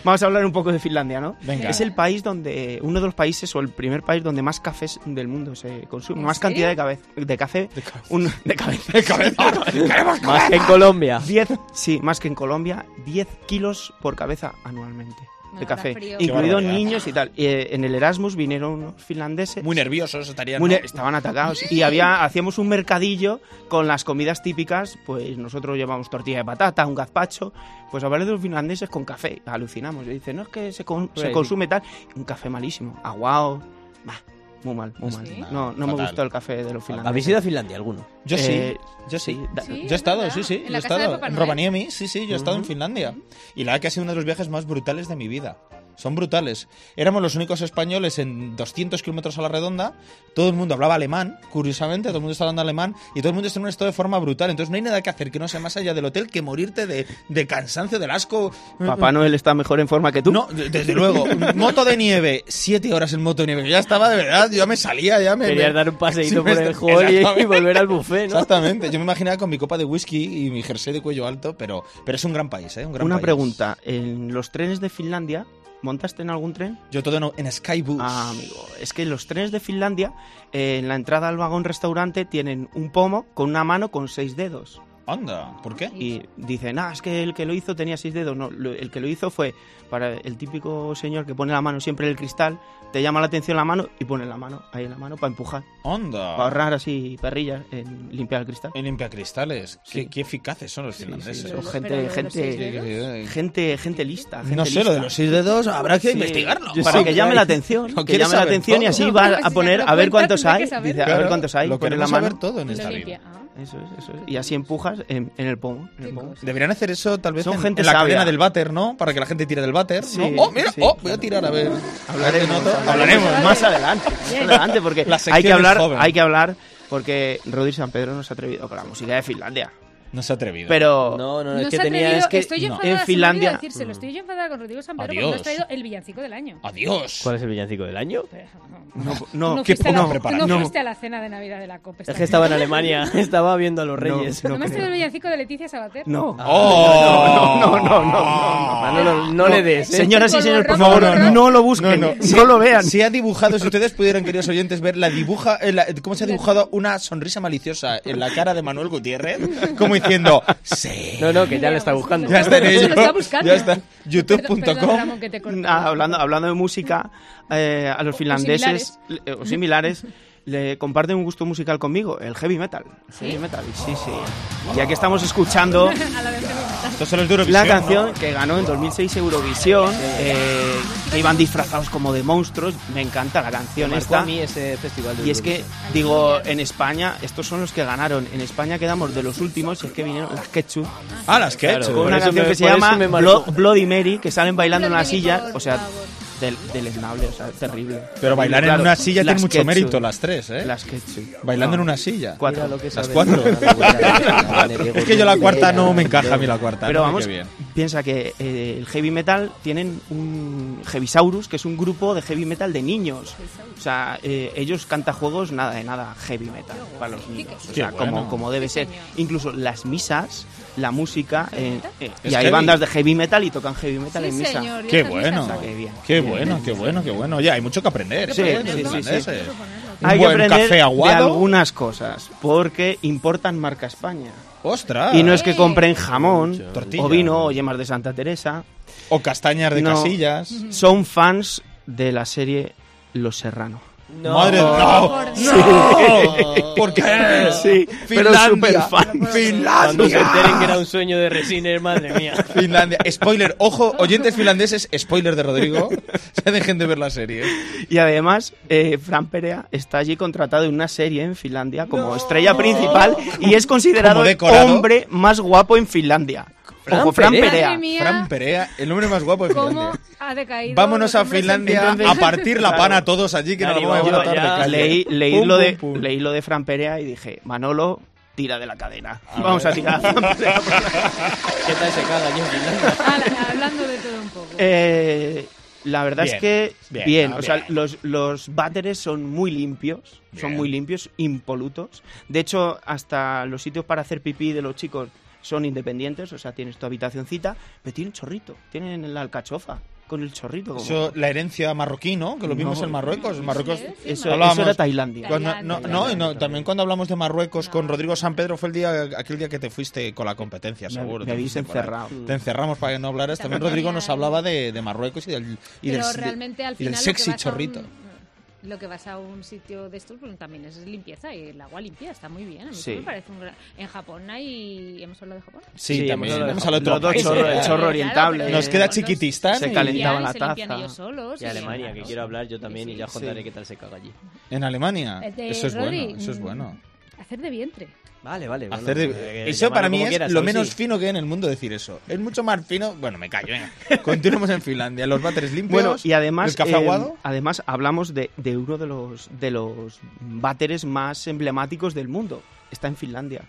Speaker 5: Vamos a hablar un poco de Finlandia, ¿no?
Speaker 2: Venga.
Speaker 5: Es el país donde, uno de los países o el primer país donde más cafés del mundo se consume,
Speaker 3: ¿En
Speaker 5: más
Speaker 3: serio?
Speaker 5: cantidad de, cabe- de café, un- de cabeza.
Speaker 2: El cabezón. Queremos
Speaker 4: Más que en Colombia.
Speaker 5: 10, sí, más que en Colombia, 10 kilos por cabeza anualmente de
Speaker 3: Bueno,
Speaker 5: café,
Speaker 3: habrá frío. Qué
Speaker 5: incluidos
Speaker 2: barbaridad.
Speaker 5: niños y tal. Eh, en el Erasmus vinieron unos finlandeses
Speaker 2: Muy nerviosos estarían.
Speaker 5: Muy
Speaker 2: ¿no?
Speaker 5: ne- estaban atacados y había hacíamos un mercadillo con las comidas típicas pues nosotros llevamos tortilla de patata un gazpacho pues hablar de los finlandeses con café alucinamos y dicen no es que se, con- se
Speaker 4: Right.
Speaker 5: consume tal un café malísimo aguao bah, muy mal muy mal
Speaker 3: ¿Sí?
Speaker 5: no no me
Speaker 2: Fatal.
Speaker 5: gustó el café de los finlandeses
Speaker 4: ¿Habéis ido a Finlandia alguno?
Speaker 2: Yo sí,
Speaker 5: Eh,
Speaker 2: yo sí.
Speaker 5: sí, da-
Speaker 3: Sí,
Speaker 2: Yo
Speaker 3: es
Speaker 2: he estado,
Speaker 3: verdad.
Speaker 2: sí, sí.
Speaker 3: En
Speaker 2: Yo he
Speaker 3: la casa de
Speaker 2: estado
Speaker 3: Papá
Speaker 2: en
Speaker 3: Noel.
Speaker 2: Rovaniemi, sí, sí, yo he estado en
Speaker 5: Ujú.
Speaker 2: Finlandia. Y la verdad que ha sido uno de los viajes más brutales de mi vida. Son brutales. Éramos los únicos españoles en 200 kilómetros a la redonda. Todo el mundo hablaba alemán, curiosamente, todo el mundo está hablando alemán y todo el mundo está en un estado de forma brutal. Entonces no hay nada que hacer que no sea más allá del hotel que morirte de, de cansancio, del asco.
Speaker 5: Papá Noel está mejor en forma que tú
Speaker 2: No, de- desde luego. Moto de nieve, siete horas en moto de nieve. Ya estaba de verdad, yo me salía, ya me.
Speaker 4: Querías
Speaker 2: me-
Speaker 4: dar un
Speaker 2: Sí,
Speaker 4: paseíto
Speaker 2: me
Speaker 4: por el
Speaker 2: está-
Speaker 4: hall y- y,
Speaker 2: Exactamente.
Speaker 4: volver al buffet, ¿no?
Speaker 2: Exactamente, yo me imaginaba con mi copa de whisky y mi jersey de cuello alto, pero, pero es un gran país, ¿eh? Un gran
Speaker 5: una
Speaker 2: país.
Speaker 5: pregunta en los trenes de Finlandia montaste en algún tren
Speaker 2: Yo todo no- en Skybus.
Speaker 5: Ah, amigo, es que los trenes de Finlandia, eh, en la entrada al vagón restaurante, tienen un pomo con una mano con seis dedos.
Speaker 2: Anda, ¿por qué?
Speaker 5: Y dicen, ah, es que el que lo hizo tenía seis dedos. No, lo- el que lo hizo fue para el típico señor que pone la mano siempre en el cristal, te llama la atención la mano y pone la mano ahí en la mano para empujar,
Speaker 2: Onda.
Speaker 5: para ahorrar así perrillas en limpiar el cristal.
Speaker 2: El limpiacristales.
Speaker 5: Sí.
Speaker 2: Qué, qué eficaces son los
Speaker 5: Sí,
Speaker 2: finlandeses. ¿eh?
Speaker 5: sí,
Speaker 3: Pero-
Speaker 5: son gente-
Speaker 3: pero lo de los
Speaker 5: gente-
Speaker 3: seis
Speaker 2: Sí, sí,
Speaker 3: dedos,
Speaker 2: sí.
Speaker 5: Gente, gente lista. gente
Speaker 2: No sé, lo de
Speaker 5: lista.
Speaker 2: los seis dedos habrá que
Speaker 5: Sí,
Speaker 2: investigarlo.
Speaker 5: Para que llame la atención.
Speaker 2: Lo
Speaker 5: que
Speaker 2: quieres
Speaker 5: llame la
Speaker 2: saber
Speaker 5: atención y
Speaker 2: todo.
Speaker 5: así
Speaker 3: No,
Speaker 5: va
Speaker 3: pero si
Speaker 5: a
Speaker 3: me
Speaker 5: poner
Speaker 3: lo
Speaker 5: a ver
Speaker 3: cuenta,
Speaker 5: cuántos
Speaker 3: tendré
Speaker 5: hay.
Speaker 3: que saber.
Speaker 5: Dice, a ver
Speaker 2: Claro,
Speaker 5: cuántos hay.
Speaker 2: Lo
Speaker 5: Pone la
Speaker 2: queremos
Speaker 5: mano.
Speaker 2: saber todo en esta
Speaker 3: Lo
Speaker 2: vida.
Speaker 3: limpia. Ah,
Speaker 5: Eso es, eso es. Y así empujas en, en el pomo. en el
Speaker 3: Qué
Speaker 5: pomo.
Speaker 3: cosa.
Speaker 2: Deberían hacer eso tal vez
Speaker 5: Son
Speaker 2: en,
Speaker 5: gente
Speaker 2: en la
Speaker 5: sabia.
Speaker 2: cadena del váter, ¿no? Para que la gente tire del váter.
Speaker 5: Sí,
Speaker 2: ¿no? Oh, mira,
Speaker 5: sí.
Speaker 2: oh, voy a tirar a ver.
Speaker 5: Hablaremos,
Speaker 2: Noto.
Speaker 5: hablaremos,
Speaker 2: Hablaremos,
Speaker 5: más adelante. más adelante porque
Speaker 2: La sección
Speaker 5: hay que
Speaker 2: es
Speaker 5: hablar,
Speaker 2: joven.
Speaker 5: hay que hablar porque Rodri San Pedro no se ha atrevido con la música de Finlandia.
Speaker 2: No se ha atrevido.
Speaker 5: Pero
Speaker 4: No, no,
Speaker 3: No
Speaker 4: es
Speaker 3: se
Speaker 4: que
Speaker 3: ha
Speaker 4: tenía.
Speaker 3: atrevido-
Speaker 4: Es que...
Speaker 3: estoy yo
Speaker 2: no.
Speaker 3: enfadada,
Speaker 5: En
Speaker 3: se me olvidó
Speaker 5: Finlandia-
Speaker 3: decírselo, estoy yo enfadada con Rodrigo San Pedro porque no
Speaker 2: Adiós. Ah.
Speaker 3: has traído el villancico del año.
Speaker 2: Adiós.
Speaker 4: ¿Cuál es el villancico del año?
Speaker 5: no,
Speaker 3: Tú
Speaker 5: no,
Speaker 2: qué
Speaker 3: fuiste a la-
Speaker 2: poco
Speaker 3: tú
Speaker 2: preparado.
Speaker 3: No
Speaker 5: No.
Speaker 3: fuiste a la cena de Navidad de la COPE.
Speaker 4: Es que estaba en Alemania, estaba viendo a los
Speaker 5: No,
Speaker 4: reyes.
Speaker 5: no
Speaker 3: ¿No me has
Speaker 5: creo.
Speaker 3: traído el villancico de Leticia Sabater?
Speaker 5: No.
Speaker 2: ¡Oh!
Speaker 5: No, no, no, no, no, no,
Speaker 4: no, lo- no le des.
Speaker 3: Pues
Speaker 4: ¿eh?
Speaker 5: Señoras y señores,
Speaker 3: Con
Speaker 5: por
Speaker 3: los
Speaker 5: favor,
Speaker 3: ramos,
Speaker 5: no,
Speaker 3: ¿no?
Speaker 5: lo busquen,
Speaker 2: No,
Speaker 5: no,
Speaker 2: no.
Speaker 5: lo vean.
Speaker 2: Se ha dibujado, si ustedes pudieran, queridos oyentes, ver la dibuja, eh, la- cómo se ha dibujado una sonrisa maliciosa en la cara de Manuel Gutiérrez, como diciendo, sí.
Speaker 4: No, no, que ya le está buscando.
Speaker 3: pues,
Speaker 2: Ya está en ello.
Speaker 3: Lo está buscando.
Speaker 2: Ya está.
Speaker 3: Perdón,
Speaker 2: YouTube.com.
Speaker 3: Ramón, que te corto.
Speaker 5: Nada, Ah, hablando, hablando de música, eh, a los finlandeses le- o similares le comparten un gusto musical conmigo, el heavy metal. El Heavy metal, sí, sí. Y aquí estamos escuchando
Speaker 3: A la vez que me matas.
Speaker 2: Esto solo es de
Speaker 5: la
Speaker 2: Eurovisión,
Speaker 5: canción que ganó en 2006 Eurovisión, eh, que iban disfrazados como de monstruos. Me encanta la canción
Speaker 4: Marcó a
Speaker 5: esta.
Speaker 4: mí ese festival de
Speaker 5: Y es que,
Speaker 4: Eurovisión.
Speaker 5: digo, en España, estos son los que ganaron. En España quedamos de los últimos, y es que vinieron las Ketchup,
Speaker 2: ¿no? Ah, las que he hecho.
Speaker 4: Claro,
Speaker 5: con una
Speaker 4: eso
Speaker 5: canción
Speaker 4: me-
Speaker 5: que se
Speaker 4: por eso
Speaker 5: llama
Speaker 4: me marcó.
Speaker 5: Blo- Bloody Mary, que salen bailando en una
Speaker 3: Bloody
Speaker 5: silla,
Speaker 3: Mary, por
Speaker 5: o sea,
Speaker 3: favor.
Speaker 5: del, deleznable, o sea, terrible.
Speaker 2: Pero bailar
Speaker 5: Claro,
Speaker 2: en una silla
Speaker 5: las
Speaker 2: tiene mucho
Speaker 5: Ketchup,
Speaker 2: mérito, las tres, ¿eh?
Speaker 5: Las Ketchup.
Speaker 2: Bailando
Speaker 5: No,
Speaker 2: en una silla.
Speaker 5: cuatro.
Speaker 4: Mira lo que
Speaker 2: Las
Speaker 4: sabe.
Speaker 2: cuatro.
Speaker 4: Bueno,
Speaker 2: es que yo la cuarta no me encaja a mí la cuarta.
Speaker 5: Pero
Speaker 2: ¿no?
Speaker 5: vamos,
Speaker 2: Qué bien.
Speaker 5: piensa que eh, el heavy metal tienen un Heavisaurus, que es un grupo de heavy metal de niños. O sea, eh, ellos cantajuegos nada de nada heavy metal para los niños. O
Speaker 2: Qué
Speaker 5: sea,
Speaker 2: bueno.
Speaker 5: como, como debe ser. Incluso las misas, la música. eh, eh,
Speaker 2: Es
Speaker 5: y hay
Speaker 2: heavy.
Speaker 5: bandas de heavy metal y tocan heavy metal
Speaker 3: Sí,
Speaker 5: en misa.
Speaker 3: señor. y
Speaker 2: Qué
Speaker 3: esas
Speaker 2: bueno.
Speaker 5: misas. Qué bien.
Speaker 2: Qué
Speaker 5: Bien.
Speaker 2: bueno, qué bueno, qué bueno. Ya, hay mucho que aprender.
Speaker 5: Sí,
Speaker 2: ¿eh?
Speaker 5: sí,
Speaker 2: Los
Speaker 5: sí, sí.
Speaker 2: irlandeses. Un
Speaker 5: Hay que
Speaker 2: buen
Speaker 5: aprender
Speaker 2: café
Speaker 5: de
Speaker 2: aguado.
Speaker 5: algunas cosas, porque importan marca España.
Speaker 2: Ostras.
Speaker 5: Y no es que compren jamón,
Speaker 2: Ah. Tortilla.
Speaker 5: o vino, o yemas de Santa Teresa.
Speaker 2: O castañas de
Speaker 5: No.
Speaker 2: casillas.
Speaker 5: Son fans de la serie Los Serrano.
Speaker 4: No.
Speaker 2: Madre no.
Speaker 3: Por
Speaker 2: ¡No! ¿Por qué?
Speaker 5: Sí, pero
Speaker 2: Finlandia.
Speaker 5: superfan.
Speaker 4: Cuando se
Speaker 2: Finlandia.
Speaker 4: enteren que era un sueño de Resiner, madre mía.
Speaker 2: Finlandia. Spoiler. Ojo, oyentes finlandeses, spoiler de Rodrigo. Se dejen de ver la serie.
Speaker 5: Y además, eh, Fran Perea está allí contratado en una serie en Finlandia como estrella principal y es considerado
Speaker 2: Como
Speaker 5: el
Speaker 2: decorado.
Speaker 5: hombre más guapo en Finlandia.
Speaker 4: Fran
Speaker 5: Ojo, Fran
Speaker 4: Perea.
Speaker 5: Perea.
Speaker 3: Madre mía,
Speaker 2: Fran Perea, el hombre más guapo de
Speaker 3: ¿Cómo
Speaker 2: Finlandia.
Speaker 3: ha decaído?
Speaker 2: Vámonos
Speaker 3: los
Speaker 2: a
Speaker 3: hombres en
Speaker 2: Finlandia a
Speaker 5: Entonces-
Speaker 2: partir la pana a todos allí que nos
Speaker 4: Claro,
Speaker 2: la vamos a llevar
Speaker 4: yo
Speaker 2: la tarde.
Speaker 4: ya
Speaker 2: calle.
Speaker 5: Leí, leí
Speaker 2: Pum,
Speaker 5: lo
Speaker 2: pum,
Speaker 5: de,
Speaker 2: pum.
Speaker 5: leí lo de Fran Perea y dije, Manolo, tira de la cadena. Vamos a tirar a Fran Perea.
Speaker 4: ¿Qué tal se caga allí en Finlandia?
Speaker 3: Ala, Hablando de todo un poco.
Speaker 5: Eh, la verdad
Speaker 2: Bien,
Speaker 5: es que
Speaker 2: bien,
Speaker 5: bien,
Speaker 2: ¿no?
Speaker 5: o sea,
Speaker 2: Bien.
Speaker 5: los, los váteres son muy limpios, son
Speaker 2: Bien.
Speaker 5: muy limpios, impolutos. De hecho, hasta los sitios para hacer pipí de los chicos son independientes, o sea, tienes tu habitacioncita, pero tienen chorrito, tienen la alcachofa con el chorrito. como-
Speaker 2: Eso, la herencia marroquí, ¿no? Que lo vimos
Speaker 5: No.
Speaker 2: en Marruecos. En Marruecos
Speaker 5: eso,
Speaker 2: hablábamos-
Speaker 5: eso era Tailandia.
Speaker 2: Cuando- no,
Speaker 3: Tailandia,
Speaker 2: no, y no, también cuando hablamos de Marruecos con Rodrigo San Pedro fue el día aquel día que te fuiste con la competencia,
Speaker 5: Me-
Speaker 2: seguro.
Speaker 5: me
Speaker 2: te
Speaker 5: habéis
Speaker 2: fuiste por ahí.
Speaker 5: encerrado.
Speaker 2: Te encerramos para que no hablaras. También Rodrigo nos hablaba de, de Marruecos y del, y
Speaker 3: Pero
Speaker 2: del-
Speaker 3: realmente al
Speaker 2: y del
Speaker 3: final. lo que
Speaker 2: sexy
Speaker 3: vas a un-
Speaker 2: chorrito.
Speaker 3: lo que vas a un sitio de estos pues, también es limpieza y el agua limpia está muy bien. A mí
Speaker 5: Sí.
Speaker 3: sí me parece un gran- En Japón hay. ¿Hemos hablado de Japón?
Speaker 2: Sí,
Speaker 5: Sí,
Speaker 2: también.
Speaker 5: hemos
Speaker 2: Vamos a
Speaker 5: hablado de
Speaker 2: otro
Speaker 5: Los dos
Speaker 2: país,
Speaker 5: chorros,
Speaker 2: ¿eh?
Speaker 5: el chorro orientable.
Speaker 3: pero
Speaker 2: Nos queda
Speaker 3: cuando se
Speaker 2: chiquitistán y-
Speaker 5: se
Speaker 3: limpian,
Speaker 5: calentaba la
Speaker 3: se limpian
Speaker 5: taza.
Speaker 3: ellos solos.
Speaker 4: Y Alemania, que quiero hablar yo también y ya os
Speaker 5: Sí.
Speaker 4: contaré qué tal se caga allí.
Speaker 2: en Alemania.
Speaker 3: Eh, de
Speaker 2: Eso es
Speaker 3: Rodri,
Speaker 2: bueno, eso es
Speaker 3: mm,
Speaker 2: bueno.
Speaker 3: Hacer de vientre.
Speaker 4: Vale, vale. bueno,
Speaker 2: Hacer
Speaker 4: eh,
Speaker 2: de- Eso
Speaker 4: llamarlo
Speaker 2: para mí
Speaker 4: como
Speaker 2: es
Speaker 4: quieras,
Speaker 2: lo
Speaker 4: a ver
Speaker 2: menos
Speaker 4: si-
Speaker 2: fino que hay en el mundo decir eso. Es mucho más fino. Bueno, me callo, venga. Continuamos en Finlandia. Los váteres limpios.
Speaker 5: Bueno, y además,
Speaker 2: El café
Speaker 5: eh,
Speaker 2: aguado.
Speaker 5: además hablamos de, de uno de los, de los váteres más emblemáticos del mundo. Está en Finlandia.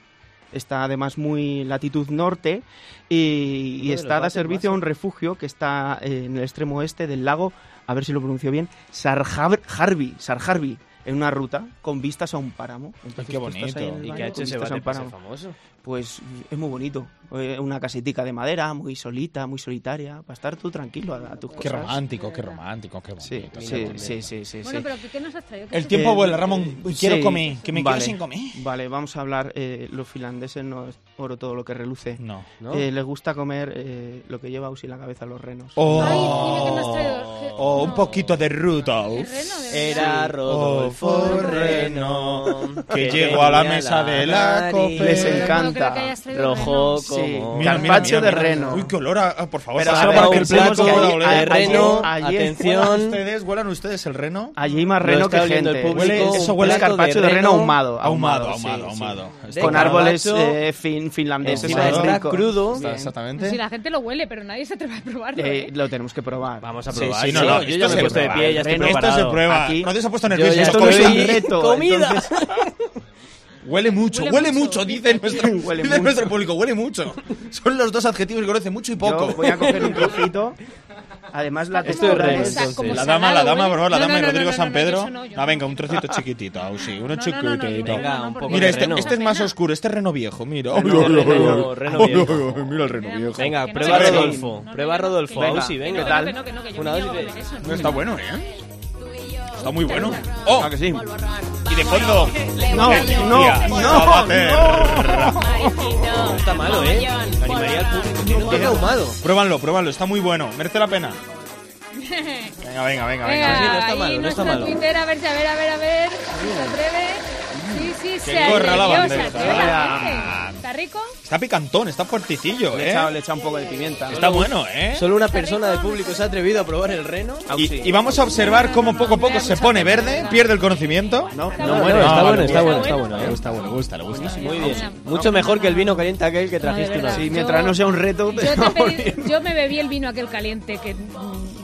Speaker 5: Está además muy latitud norte y,
Speaker 4: Uno
Speaker 5: y
Speaker 4: de los
Speaker 5: está da
Speaker 4: váteres
Speaker 5: servicio a
Speaker 4: más-
Speaker 5: un refugio que está en el extremo oeste del lago, a ver si lo pronuncio bien, Sarjarvi, Sarjarvi, en una ruta con vistas a un páramo. Entonces,
Speaker 2: qué
Speaker 5: tú estás
Speaker 2: bonito.
Speaker 5: ahí en el
Speaker 2: ¿Y
Speaker 4: ¿Y
Speaker 5: valle
Speaker 4: qué ha hecho
Speaker 5: con
Speaker 4: ese
Speaker 5: vistas a un
Speaker 4: bate para ser
Speaker 5: páramo.
Speaker 4: famoso?
Speaker 5: Pues es muy bonito. Eh, Una casetica de madera, muy solita, muy solitaria, para estar tú tranquilo a, a tus
Speaker 2: Qué
Speaker 5: cosas.
Speaker 2: romántico, qué romántico, qué bonito.
Speaker 5: Sí,
Speaker 2: qué
Speaker 5: sí,
Speaker 2: bonito.
Speaker 5: sí, sí, sí.
Speaker 3: Bueno,
Speaker 5: sí.
Speaker 3: pero ¿qué, qué nos has traído? ¿Qué
Speaker 2: El
Speaker 3: se-
Speaker 2: tiempo
Speaker 5: Eh,
Speaker 2: vuela, Ramón.
Speaker 5: eh,
Speaker 2: Quiero
Speaker 5: sí.
Speaker 2: comer, que me
Speaker 5: Vale.
Speaker 2: quedo sin comer.
Speaker 5: Vale, vamos a hablar. eh, los finlandeses no es oro todo lo que reluce.
Speaker 2: No.
Speaker 4: ¿No?
Speaker 5: Eh, les gusta comer eh, lo que lleva Usi en la cabeza los renos.
Speaker 2: O
Speaker 3: Ay, dime que no has traído- que-
Speaker 2: o un
Speaker 3: no.
Speaker 2: poquito de
Speaker 3: El
Speaker 2: Rudolf.
Speaker 3: reno, de verdad.
Speaker 4: Oh. Era Rodolfo Reno
Speaker 2: Oh, que llegó a la mesa de la
Speaker 4: nariz
Speaker 2: cope. Les
Speaker 3: No puedo creer
Speaker 5: encanta.
Speaker 3: que hayas traído
Speaker 4: Rojo
Speaker 5: Sí.
Speaker 4: como...
Speaker 5: Mira, Carpaccio de reno.
Speaker 2: Uy, qué olor a, a- por favor.
Speaker 5: Pero
Speaker 2: pasad
Speaker 5: a ver,
Speaker 2: para que el
Speaker 5: pensemos
Speaker 2: plato
Speaker 5: que
Speaker 2: pueda
Speaker 5: ahí-
Speaker 2: oler.
Speaker 5: ahí-
Speaker 4: de reno,
Speaker 5: ayer-
Speaker 2: Huelan
Speaker 5: ayer-
Speaker 4: atención,
Speaker 2: ustedes, huelan ustedes el reno.
Speaker 5: Allí hay más
Speaker 4: Lo
Speaker 5: reno
Speaker 4: está
Speaker 5: que
Speaker 4: oliendo el
Speaker 5: gente.
Speaker 4: público.
Speaker 2: Huele- eso huele
Speaker 5: es
Speaker 2: a
Speaker 5: carpaccio de reno ahumado.
Speaker 2: Ahumado,
Speaker 5: sí,
Speaker 2: ahumado,
Speaker 5: sí.
Speaker 2: ahumado.
Speaker 4: De
Speaker 5: Con
Speaker 4: carpaccio,
Speaker 5: árboles eh, fin- finlandeses.
Speaker 4: encima
Speaker 5: más
Speaker 4: está
Speaker 5: ricos.
Speaker 2: Está
Speaker 4: crudo. Bien.
Speaker 3: No. Pues Si
Speaker 2: exactamente.
Speaker 3: la gente lo huele, pero nadie se atreve a probarlo.
Speaker 5: Eh,
Speaker 3: ¿eh?
Speaker 5: lo tenemos que probar.
Speaker 4: Vamos a
Speaker 2: Sí,
Speaker 4: probar.
Speaker 2: sí, no,
Speaker 4: Yo-
Speaker 2: no,
Speaker 4: yo
Speaker 2: esto
Speaker 4: ya me
Speaker 2: se
Speaker 4: he puesto de
Speaker 2: prueba.
Speaker 4: pie, ya estoy
Speaker 5: Reno,
Speaker 2: Esto se
Speaker 4: preparado.
Speaker 2: prueba.
Speaker 5: Aquí-
Speaker 2: Rodri se ha puesto
Speaker 4: Yo
Speaker 2: nervioso.
Speaker 4: ya
Speaker 5: Esto
Speaker 2: Esto
Speaker 5: no
Speaker 4: estoy-
Speaker 5: es
Speaker 2: huele,
Speaker 5: un reto.
Speaker 4: ¡Comida!
Speaker 5: entonces-
Speaker 2: huele mucho,
Speaker 3: Huele
Speaker 2: huele
Speaker 3: mucho,
Speaker 2: mucho,
Speaker 3: dice
Speaker 2: dice nuestro,
Speaker 5: Huele
Speaker 2: dice nuestro
Speaker 5: mucho.
Speaker 2: público. Huele mucho. Son los dos adjetivos que conoce mucho y
Speaker 5: Yo
Speaker 2: poco.
Speaker 5: voy a coger un trocito. Además, la
Speaker 3: Esto
Speaker 2: Esto es
Speaker 5: textura
Speaker 2: raro,
Speaker 3: raro,
Speaker 5: es-
Speaker 3: como
Speaker 2: entonces.
Speaker 3: entonces.
Speaker 2: La
Speaker 3: salado,
Speaker 2: dama, la dama,
Speaker 3: huele.
Speaker 2: bro, la
Speaker 3: ¿eh? No, no,
Speaker 2: dama de
Speaker 3: no,
Speaker 2: Rodrigo
Speaker 3: no, no,
Speaker 2: San Pedro.
Speaker 3: eso no, yo
Speaker 2: ah,
Speaker 3: no.
Speaker 2: venga, un trocito chiquitito, au, sí, uno
Speaker 3: No, no, no, no,
Speaker 2: chiquitito.
Speaker 3: yo
Speaker 4: Venga,
Speaker 3: no,
Speaker 4: un poco
Speaker 3: porque-
Speaker 2: Mira,
Speaker 4: de
Speaker 2: este,
Speaker 4: reno.
Speaker 2: este es más oscuro, este es reno viejo, mira. Ay,
Speaker 4: Reno,
Speaker 2: ay, ay,
Speaker 4: reno,
Speaker 2: ay,
Speaker 4: reno
Speaker 2: ay,
Speaker 4: viejo.
Speaker 2: ay, mira el reno
Speaker 3: Mira,
Speaker 2: viejo.
Speaker 3: que
Speaker 4: Venga,
Speaker 3: no,
Speaker 4: prueba
Speaker 5: que no,
Speaker 4: Rodolfo.
Speaker 3: no,
Speaker 4: Prueba
Speaker 3: que no,
Speaker 4: Rodolfo.
Speaker 5: que no,
Speaker 4: Au, sí,
Speaker 5: que
Speaker 4: venga.
Speaker 5: no, que
Speaker 4: tal.
Speaker 5: no,
Speaker 4: Una, dos y tres.
Speaker 2: No, está bueno, ¿eh? Está muy bueno. Oh,
Speaker 5: Ah, que sí.
Speaker 2: y de fondo.
Speaker 5: No,
Speaker 2: Hostia,
Speaker 5: no,
Speaker 2: Sabater.
Speaker 4: No está malo, ¿eh? Animaría al público. Tiene un toque ahumado.
Speaker 2: Pruébanlo, pruébanlo, está muy bueno, merece la pena. Venga, venga, venga, venga.
Speaker 4: sí, no está
Speaker 3: ahí
Speaker 4: malo, no está
Speaker 3: nuestro
Speaker 4: malo.
Speaker 3: Twitter, a ver, a ver, a ver, a ver. Si se atreve. Sí, sí, se
Speaker 2: corra la
Speaker 3: atrevió, se
Speaker 2: bandera.
Speaker 3: atreve la gente.
Speaker 2: Mira.
Speaker 3: ¿eh? ¿Está rico?
Speaker 2: Está picantón, está fuerticillo,
Speaker 5: Le he
Speaker 2: ¿eh?
Speaker 5: echado- le he echado un poco de pimienta.
Speaker 2: Está bueno, ¿eh?
Speaker 4: Solo una persona del público se ha atrevido a probar el reno.
Speaker 3: Ah,
Speaker 5: Au, sí.
Speaker 2: Y, y vamos a observar cómo poco a poco se pone verde, pierde el conocimiento.
Speaker 5: No, no,
Speaker 4: No,
Speaker 5: bueno,
Speaker 4: no, está
Speaker 5: no,
Speaker 4: bueno,
Speaker 5: no,
Speaker 4: está
Speaker 5: no.
Speaker 4: bueno, está bueno.
Speaker 2: Le
Speaker 4: ¿eh?
Speaker 2: gusta, le gusta, le gusta.
Speaker 4: Muy bien.
Speaker 3: No.
Speaker 4: Mucho mejor que el vino caliente aquel que trajiste
Speaker 3: de
Speaker 4: una
Speaker 3: verdad.
Speaker 5: Sí,
Speaker 4: vez.
Speaker 5: mientras
Speaker 3: Yo-
Speaker 5: no sea un reto,
Speaker 3: Yo, te
Speaker 5: pero
Speaker 3: pedí-
Speaker 5: bien.
Speaker 3: yo me bebí el vino aquel caliente que, mm,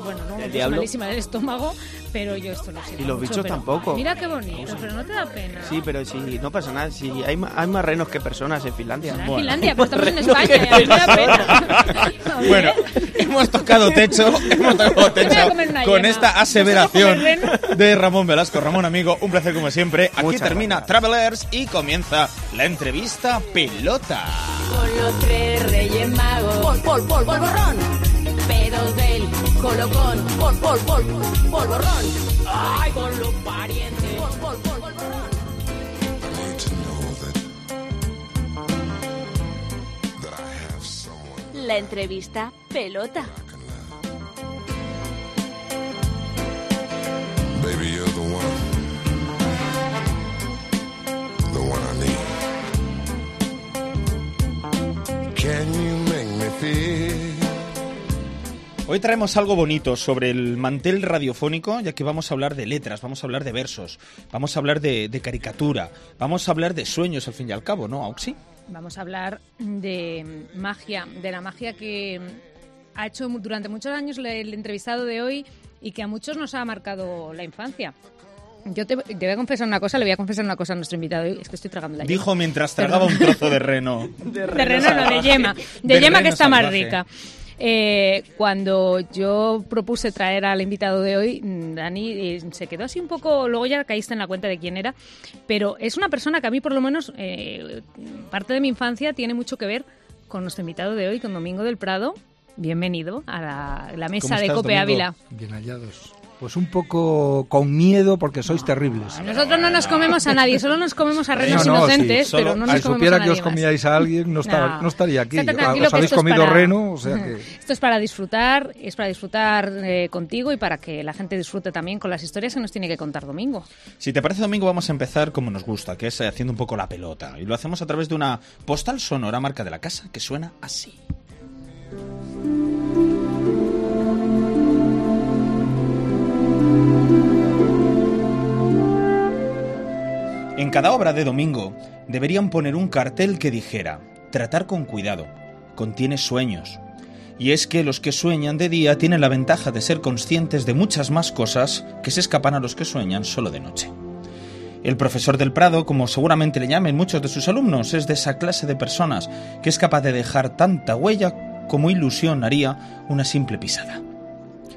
Speaker 3: bueno, no, es
Speaker 4: diablo?
Speaker 3: malísima del estómago, pero yo esto no sé.
Speaker 5: Y los bichos tampoco.
Speaker 3: Mira qué bonito, pero no te da pena.
Speaker 5: Sí, pero si no pasa nada, si hay, ma- hay más renos que personas en Finlandia.
Speaker 3: Será en
Speaker 5: Bueno.
Speaker 3: Finlandia, pero estamos en
Speaker 4: Reno
Speaker 3: España,
Speaker 4: que
Speaker 3: y a mí me da
Speaker 4: pesa.
Speaker 3: pena. A ver.
Speaker 2: Bueno, hemos tocado techo, hemos tocado
Speaker 3: Me voy a
Speaker 2: techo
Speaker 3: comer una
Speaker 2: con
Speaker 3: yema.
Speaker 2: esta aseveración
Speaker 3: Me voy a comer
Speaker 2: de Ramón Velasco. Ramón, amigo, un placer como siempre. Aquí
Speaker 5: Muchas
Speaker 2: termina
Speaker 5: gracias.
Speaker 2: Travelers y comienza la entrevista pelota.
Speaker 7: Con los tres reyes magos. Pol, pol, pol, polvorrón. Pedos del colocón. Pol, pol, pol, polvorrón. Ay, con los parientes. Pol, pol, pol, polvorrón.
Speaker 1: La entrevista pelota.
Speaker 8: Baby, you're the one. The one I need. Can you make me feel?
Speaker 2: Hoy traemos algo bonito sobre el mantel radiofónico, ya que vamos a hablar de letras, vamos a hablar de versos, vamos a hablar de, de caricatura, vamos a hablar de sueños al fin y al cabo, ¿no, Auxi?
Speaker 3: Vamos a hablar de magia, de la magia que ha hecho mu- durante muchos años le- el entrevistado de hoy y que a muchos nos ha marcado la infancia. Yo te, te voy a confesar una cosa, le voy a confesar una cosa a nuestro invitado hoy, es que estoy tragando la
Speaker 2: Dijo mientras tragaba un trozo de reno.
Speaker 3: yema. De reno, no, de yema. De,
Speaker 2: De
Speaker 3: yema que
Speaker 2: reno
Speaker 3: está más
Speaker 2: salvaje.
Speaker 3: rica. Eh, cuando yo propuse traer al invitado de hoy, mm, Dani eh, se quedó así un poco, luego ya caíste en la cuenta de quién era, pero es una persona que a mí por lo menos eh, parte de mi infancia tiene mucho que ver con nuestro invitado de hoy, con Domingo del Prado. Bienvenido a la, la mesa
Speaker 2: ¿Cómo
Speaker 3: de
Speaker 2: estás,
Speaker 3: Cope
Speaker 2: Domingo?
Speaker 3: Ávila.
Speaker 9: Bien hallados. Pues un poco con miedo porque sois terribles.
Speaker 3: Nosotros no nos comemos a nadie, solo nos comemos a renos
Speaker 9: No, no, sí,
Speaker 3: inocentes,
Speaker 2: solo-
Speaker 3: pero no
Speaker 9: si
Speaker 3: nos comemos a
Speaker 9: supiera
Speaker 3: nadie
Speaker 9: que os
Speaker 3: más.
Speaker 9: comíais a alguien, no, estaba- no estaría aquí.
Speaker 3: Estate
Speaker 9: Os-
Speaker 3: tranquilo
Speaker 9: Os
Speaker 3: que
Speaker 9: habéis
Speaker 3: esto es
Speaker 9: comido
Speaker 3: para-
Speaker 9: reno, o sea que...
Speaker 3: Esto es para disfrutar, es para disfrutar eh, contigo y para que la gente disfrute también con las historias que nos tiene que contar Domingo.
Speaker 2: Si te parece, Domingo, vamos a empezar como nos gusta, que es eh, haciendo un poco la pelota. Y lo hacemos a través de una postal sonora marca de la casa que suena así. En cada obra de Domingo deberían poner un cartel que dijera, tratar con cuidado, contiene sueños. Y es que los que sueñan de día tienen la ventaja de ser conscientes de muchas más cosas que se escapan a los que sueñan solo de noche. El profesor del Prado, como seguramente le llamen muchos de sus alumnos, es de esa clase de personas que es capaz de dejar tanta huella como ilusión haría una simple pisada.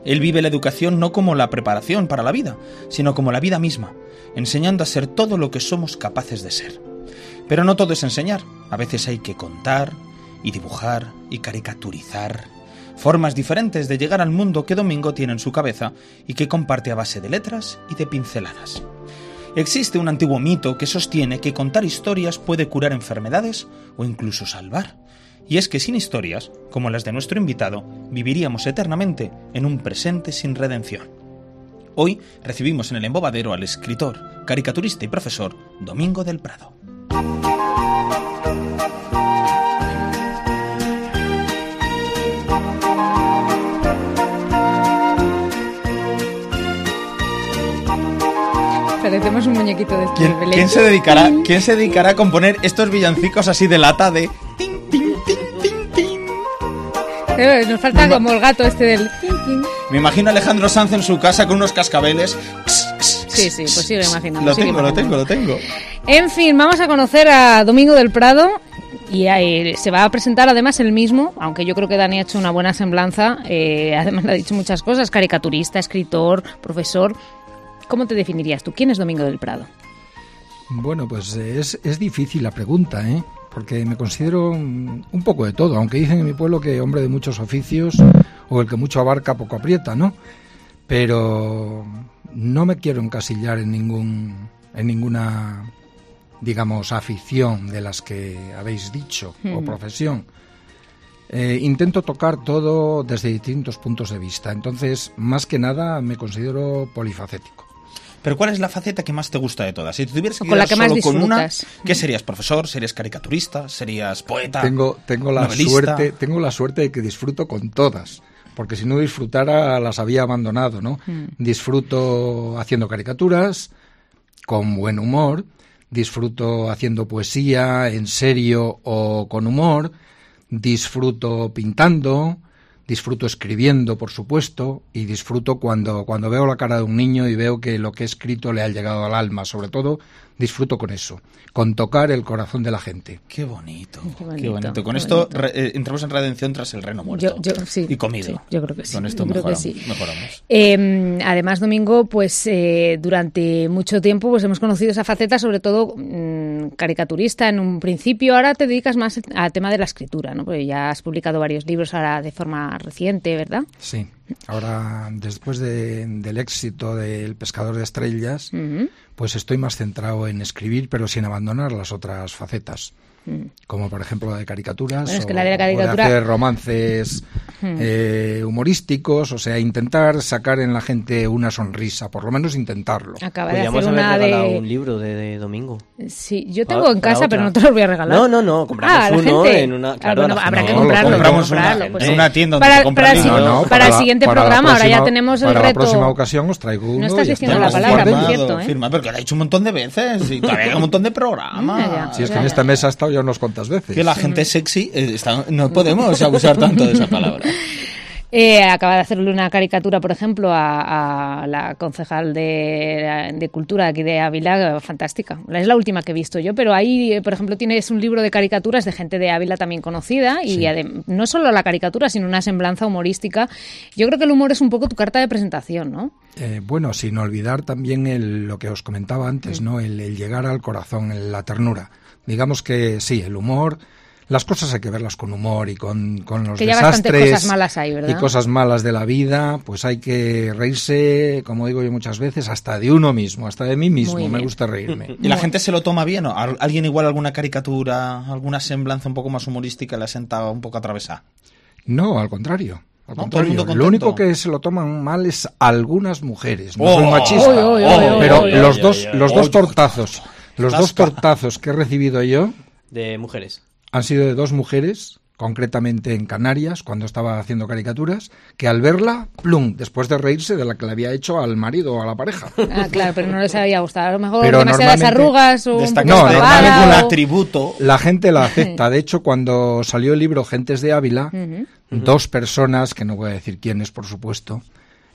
Speaker 2: Él vive la educación no como la preparación para la vida, sino como la vida misma, enseñando a ser todo lo que somos capaces de ser. Pero no todo es enseñar, a veces hay que contar y dibujar y caricaturizar. Formas diferentes de llegar al mundo que Domingo tiene en su cabeza y que comparte a base de letras y de pinceladas. Existe un antiguo mito que sostiene que contar historias puede curar enfermedades o incluso salvar. Y es que sin historias, como las de nuestro invitado, viviríamos eternamente en un presente sin redención. Hoy recibimos en el embobadero al escritor, caricaturista y profesor Domingo del Prado.
Speaker 3: Parecemos un muñequito de este
Speaker 2: ¿Quién, quién se dedicará, ¿Quién se dedicará a componer estos villancicos así de lata de... tin, tin, tin, tin, tin?
Speaker 3: Eh, Nos falta como el gato este del...
Speaker 2: Me imagino a Alejandro Sanz en su casa con unos cascabeles.
Speaker 3: Sí, sí, pues sigue imaginando,
Speaker 2: Lo
Speaker 3: sigue
Speaker 2: tengo, lo
Speaker 3: imaginando.
Speaker 2: tengo, lo tengo.
Speaker 3: En fin, vamos a conocer a Domingo del Prado. Y ahí se va a presentar además el mismo, aunque yo creo que Dani ha hecho una buena semblanza, eh, además le ha dicho muchas cosas, caricaturista, escritor, profesor. ¿Cómo te definirías tú? ¿Quién es Domingo del Prado?
Speaker 9: Bueno, pues es, es difícil la pregunta, ¿eh? porque me considero un, un poco de todo, aunque dicen en mi pueblo que hombre de muchos oficios o el que mucho abarca poco aprieta, ¿no? Pero no me quiero encasillar en ningún en ninguna digamos afición de las que habéis dicho o
Speaker 3: Mm.
Speaker 9: profesión. Eh, intento tocar todo desde distintos puntos de vista, entonces más que nada me considero polifacético.
Speaker 2: Pero ¿cuál es la faceta que más te gusta de todas? Si te tuvieras que
Speaker 3: O con la
Speaker 2: quedar
Speaker 3: que más
Speaker 2: solo con una,
Speaker 3: disfrutas.
Speaker 2: ¿qué serías? ¿Profesor? ¿Serías caricaturista? ¿Serías poeta?
Speaker 9: Tengo, tengo la
Speaker 2: novelista?
Speaker 9: suerte, tengo la suerte de que disfruto con todas, porque si no disfrutara las había abandonado, ¿no? Disfruto haciendo caricaturas, con buen humor, disfruto haciendo poesía en serio o con humor, disfruto pintando, disfruto escribiendo, por supuesto, y disfruto cuando, cuando veo la cara de un niño y veo que lo que he escrito le ha llegado al alma, sobre todo, disfruto con eso, con tocar el corazón de la gente.
Speaker 2: Qué bonito. Qué bonito.
Speaker 3: bonito,
Speaker 2: Con
Speaker 3: qué
Speaker 2: esto
Speaker 3: bonito.
Speaker 2: re- eh, entramos en redención tras el reno muerto.
Speaker 3: Yo- yo- sí,
Speaker 2: y comido.
Speaker 3: sí, yo creo que sí,
Speaker 2: Con esto
Speaker 3: yo creo que
Speaker 2: mejoramos,
Speaker 3: sí.
Speaker 2: mejoramos.
Speaker 3: Eh, además, Domingo, pues eh, durante mucho tiempo pues hemos conocido esa faceta, sobre todo mm, caricaturista en un principio. Ahora te dedicas más al tema de la escritura, ¿no? Porque ya has publicado varios libros ahora de forma reciente, ¿verdad?
Speaker 9: Sí. Ahora, después de- del éxito del Pescador de Estrellas,
Speaker 3: Ujú.
Speaker 9: pues estoy más centrado en escribir, pero sin abandonar las otras facetas, como por ejemplo la de caricaturas
Speaker 3: Mm. Bueno, es que
Speaker 9: o-
Speaker 3: la de la
Speaker 9: o
Speaker 3: caricatura- Mm.
Speaker 9: hacer romances eh, humorísticos, o sea, intentar sacar en la gente una sonrisa, por lo menos intentarlo.
Speaker 3: Acaba de
Speaker 4: Podríamos
Speaker 3: hacer
Speaker 4: haber
Speaker 3: una
Speaker 4: regalado
Speaker 3: de.
Speaker 4: un libro de, de domingo.
Speaker 3: Sí, yo
Speaker 4: Para-
Speaker 3: tengo en
Speaker 4: para
Speaker 3: casa,
Speaker 4: otra.
Speaker 3: pero no te los voy a regalar.
Speaker 4: No, no, no, compramos
Speaker 3: Ah, la
Speaker 4: uno
Speaker 3: gente.
Speaker 4: en una-
Speaker 3: Ah,
Speaker 4: claro,
Speaker 3: bueno,
Speaker 4: la
Speaker 3: habrá
Speaker 4: gente-
Speaker 3: que
Speaker 4: No, lo
Speaker 3: comprarlo.
Speaker 2: compramos en una-
Speaker 3: comprarlo,
Speaker 2: en
Speaker 3: pues
Speaker 2: una tienda donde
Speaker 3: para,
Speaker 2: se compran
Speaker 3: para el
Speaker 2: libros.
Speaker 3: siguiente-
Speaker 2: No,
Speaker 3: para el
Speaker 9: la-
Speaker 3: siguiente
Speaker 9: para la
Speaker 3: programa, ahora ya
Speaker 9: próxima-
Speaker 3: tenemos el
Speaker 9: para
Speaker 3: reto.
Speaker 9: la próxima ocasión os traigo uno.
Speaker 3: estás
Speaker 9: y ya
Speaker 3: diciendo la
Speaker 9: está.
Speaker 2: Hemos
Speaker 3: palabra, por
Speaker 2: firmado,
Speaker 3: cierto, ¿eh?
Speaker 2: firmado, porque lo he dicho un montón de veces y todavía hay un montón de programas.
Speaker 3: Ah, ya.
Speaker 9: Si es que en esta mesa he estado ya unas cuantas veces.
Speaker 2: Que la gente sexy, eh, está- no podemos abusar tanto de esa palabra.
Speaker 3: Eh, acaba de hacerle una caricatura, por ejemplo, a, a la concejal de, de Cultura aquí de Ávila, fantástica. La- Es la última que he visto yo, pero ahí, eh, por ejemplo, tienes un libro de caricaturas de gente de Ávila también conocida y adem- no solo la caricatura, sino una semblanza humorística. Yo creo que el humor es un poco tu carta de presentación, ¿no?
Speaker 9: Eh, bueno, sin olvidar también el- lo que os comentaba antes, ¿no? El, el llegar al corazón, el- la ternura. Digamos que sí, el humor. Las cosas hay que verlas con humor y con, con los
Speaker 3: Que ya bastantes
Speaker 9: desastres
Speaker 3: cosas malas hay, ¿verdad?
Speaker 9: y cosas malas de la vida, pues hay que reírse, como digo yo muchas veces, hasta de uno mismo, hasta de mí mismo.
Speaker 3: Muy
Speaker 9: Me
Speaker 3: bien.
Speaker 9: gusta reírme.
Speaker 2: ¿Y la gente se lo toma bien? ¿O al- ¿Alguien igual alguna caricatura, alguna semblanza un poco más humorística la senta un poco atravesada?
Speaker 9: No, al contrario. Al
Speaker 2: No,
Speaker 9: contrario.
Speaker 2: todo el mundo
Speaker 9: lo único
Speaker 2: contento.
Speaker 9: que se lo toman mal es algunas mujeres. No
Speaker 2: Oh,
Speaker 9: soy machista.
Speaker 3: Oy, oy, oy, oy,
Speaker 9: pero
Speaker 3: oy, oy,
Speaker 9: los
Speaker 4: oy,
Speaker 9: dos,
Speaker 4: oy,
Speaker 9: los
Speaker 2: oy.
Speaker 9: dos tortazos, los dos
Speaker 2: Zasca.
Speaker 9: tortazos que he recibido yo
Speaker 4: De mujeres.
Speaker 9: han sido de dos mujeres, concretamente en Canarias, cuando estaba haciendo caricaturas, que al verla, plum, después de reírse de la que le había hecho al marido o a la pareja.
Speaker 3: Ah, claro, pero no les había gustado. A lo mejor
Speaker 9: Pero
Speaker 3: demasiadas
Speaker 9: normalmente
Speaker 3: arrugas o un
Speaker 2: Destaca
Speaker 9: No,
Speaker 3: poco
Speaker 2: de
Speaker 9: normal,
Speaker 3: papada
Speaker 2: algún
Speaker 3: o-
Speaker 2: atributo.
Speaker 9: La gente la acepta. De hecho, cuando salió el libro Gentes de Ávila, dos personas, que no voy a decir quiénes, por supuesto,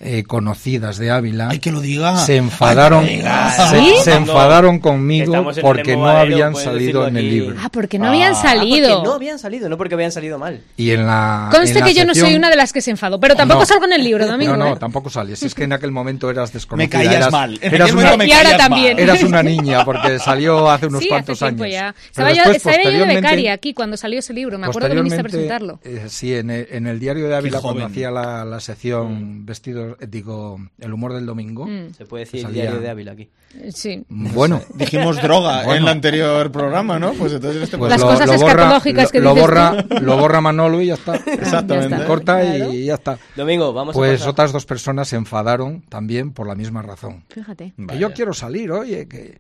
Speaker 9: eh, conocidas de Ávila,
Speaker 2: Ay, que lo diga.
Speaker 9: se enfadaron,
Speaker 2: Ay, que lo diga.
Speaker 9: se,
Speaker 3: ¿Sí?
Speaker 9: se enfadaron conmigo
Speaker 4: Estamos en el
Speaker 9: porque no
Speaker 4: embobadero,
Speaker 9: habían
Speaker 4: puedes
Speaker 9: salido
Speaker 4: decirlo
Speaker 9: en el
Speaker 4: aquí.
Speaker 9: libro.
Speaker 3: Ah, porque no habían salido.
Speaker 4: Ah, porque no habían salido, no porque habían salido mal.
Speaker 9: Y en la Ah,
Speaker 3: Conste que yo no soy una de las que se enfadó, pero tampoco
Speaker 9: No.
Speaker 3: salgo en el libro, Domingo.
Speaker 9: No, no,
Speaker 3: ¿eh?
Speaker 9: tampoco sales. Es que en aquel momento eras desconocida.
Speaker 2: Me caías
Speaker 9: eras-
Speaker 2: mal. En
Speaker 9: eras
Speaker 2: aquel
Speaker 9: una-
Speaker 2: momento me
Speaker 3: Y ahora
Speaker 2: caías mal.
Speaker 3: también.
Speaker 9: Eras una niña porque salió hace unos
Speaker 3: sí,
Speaker 9: cuantos
Speaker 3: hace tiempo
Speaker 9: años.
Speaker 3: Ya.
Speaker 9: Pero
Speaker 3: Estaba, yo,
Speaker 9: después,
Speaker 3: estaba yo de
Speaker 9: posteriormente-
Speaker 3: becaria aquí cuando salió ese libro. Me acuerdo que viniste a
Speaker 9: posteriormente,
Speaker 3: presentarlo.
Speaker 9: eh, sí, en el, en el diario de Ávila cuando
Speaker 2: joven. Mm.
Speaker 9: hacía la, la sección vestidos, eh, digo, el humor del domingo.
Speaker 3: Mm.
Speaker 4: Se puede decir el
Speaker 9: Salía-
Speaker 4: diario de Ávila aquí.
Speaker 3: Eh, Sí.
Speaker 9: Bueno,
Speaker 2: Dijimos droga en
Speaker 9: Bueno.
Speaker 2: el anterior programa, ¿no? Pues entonces este
Speaker 9: pues
Speaker 3: Las
Speaker 9: lo,
Speaker 3: cosas
Speaker 9: lo borra,
Speaker 3: escatológicas
Speaker 9: lo-
Speaker 3: que
Speaker 9: lo
Speaker 3: dices
Speaker 9: borra, lo borra Manolo y ya está.
Speaker 2: Exactamente.
Speaker 3: está.
Speaker 9: Corta
Speaker 3: Claro.
Speaker 9: y ya está.
Speaker 4: Domingo, vamos a
Speaker 9: Pues
Speaker 4: pasar.
Speaker 9: otras dos personas se enfadaron también por la misma razón.
Speaker 3: Fíjate.
Speaker 9: Que Yo quiero salir, oye, que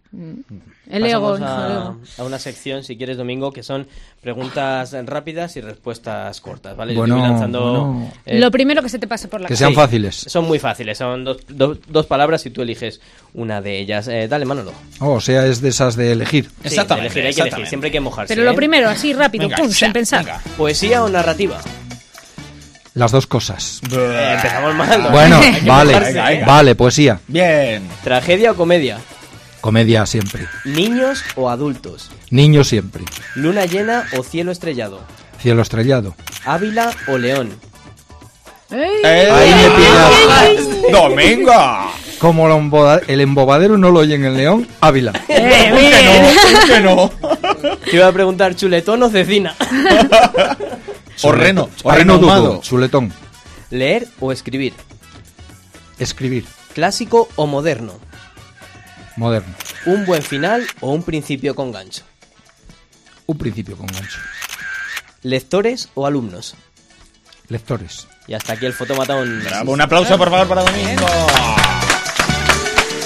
Speaker 3: El ego,
Speaker 4: Pasamos
Speaker 3: hijo, el
Speaker 4: a,
Speaker 3: ego.
Speaker 4: a una sección, si quieres, Domingo, que son preguntas rápidas y respuestas cortas, ¿vale? Yo
Speaker 9: Bueno,
Speaker 4: te voy lanzando...
Speaker 9: bueno.
Speaker 4: eh,
Speaker 3: Lo primero que se te pase por la
Speaker 9: que
Speaker 3: cabeza.
Speaker 9: sean
Speaker 4: Sí.
Speaker 9: fáciles.
Speaker 4: Son muy fáciles, son dos, dos- dos palabras y tú eliges una de ellas. Eh, dale, Manolo.
Speaker 9: Oh, o sea, es de esas de elegir.
Speaker 4: Sí,
Speaker 2: Exactamente,
Speaker 4: elegir, hay que elegir,
Speaker 2: exactamente.
Speaker 4: siempre hay que mojarse.
Speaker 3: Pero lo
Speaker 4: ¿eh?
Speaker 3: primero, así rápido,
Speaker 2: Venga,
Speaker 3: pum, sin
Speaker 2: ya,
Speaker 3: pensar.
Speaker 2: venga.
Speaker 4: ¿Poesía o narrativa?
Speaker 9: Las dos cosas.
Speaker 4: Eh, empezamos mal. ¿no?
Speaker 9: Bueno,
Speaker 4: Hay que
Speaker 9: vale,
Speaker 4: mojarse.
Speaker 2: venga, venga.
Speaker 9: vale, poesía.
Speaker 2: Bien.
Speaker 4: ¿Tragedia o comedia?
Speaker 9: Comedia siempre.
Speaker 4: ¿Niños o adultos?
Speaker 9: Niño siempre.
Speaker 4: ¿Luna llena o cielo estrellado?
Speaker 9: Cielo estrellado.
Speaker 4: ¿Ávila o León?
Speaker 2: Ahí me pillas. ¡Domingo!
Speaker 9: Como la emboda- el embobadero no lo oye en el león, Ávila.
Speaker 2: Que no.
Speaker 4: Te iba a preguntar, ¿chuletón o cecina?
Speaker 2: Horreno.
Speaker 9: Horreno
Speaker 2: Horreno
Speaker 9: dudo.
Speaker 2: ahumado.
Speaker 9: Chuletón.
Speaker 4: ¿Leer o escribir?
Speaker 9: Escribir.
Speaker 4: ¿Clásico o moderno?
Speaker 9: Moderno.
Speaker 4: ¿Un buen final o un principio con gancho?
Speaker 9: Un principio con gancho.
Speaker 4: ¿Lectores o alumnos?
Speaker 9: Lectores.
Speaker 4: Y hasta aquí el fotomatón.
Speaker 2: Bravo, un aplauso por favor para Domingo.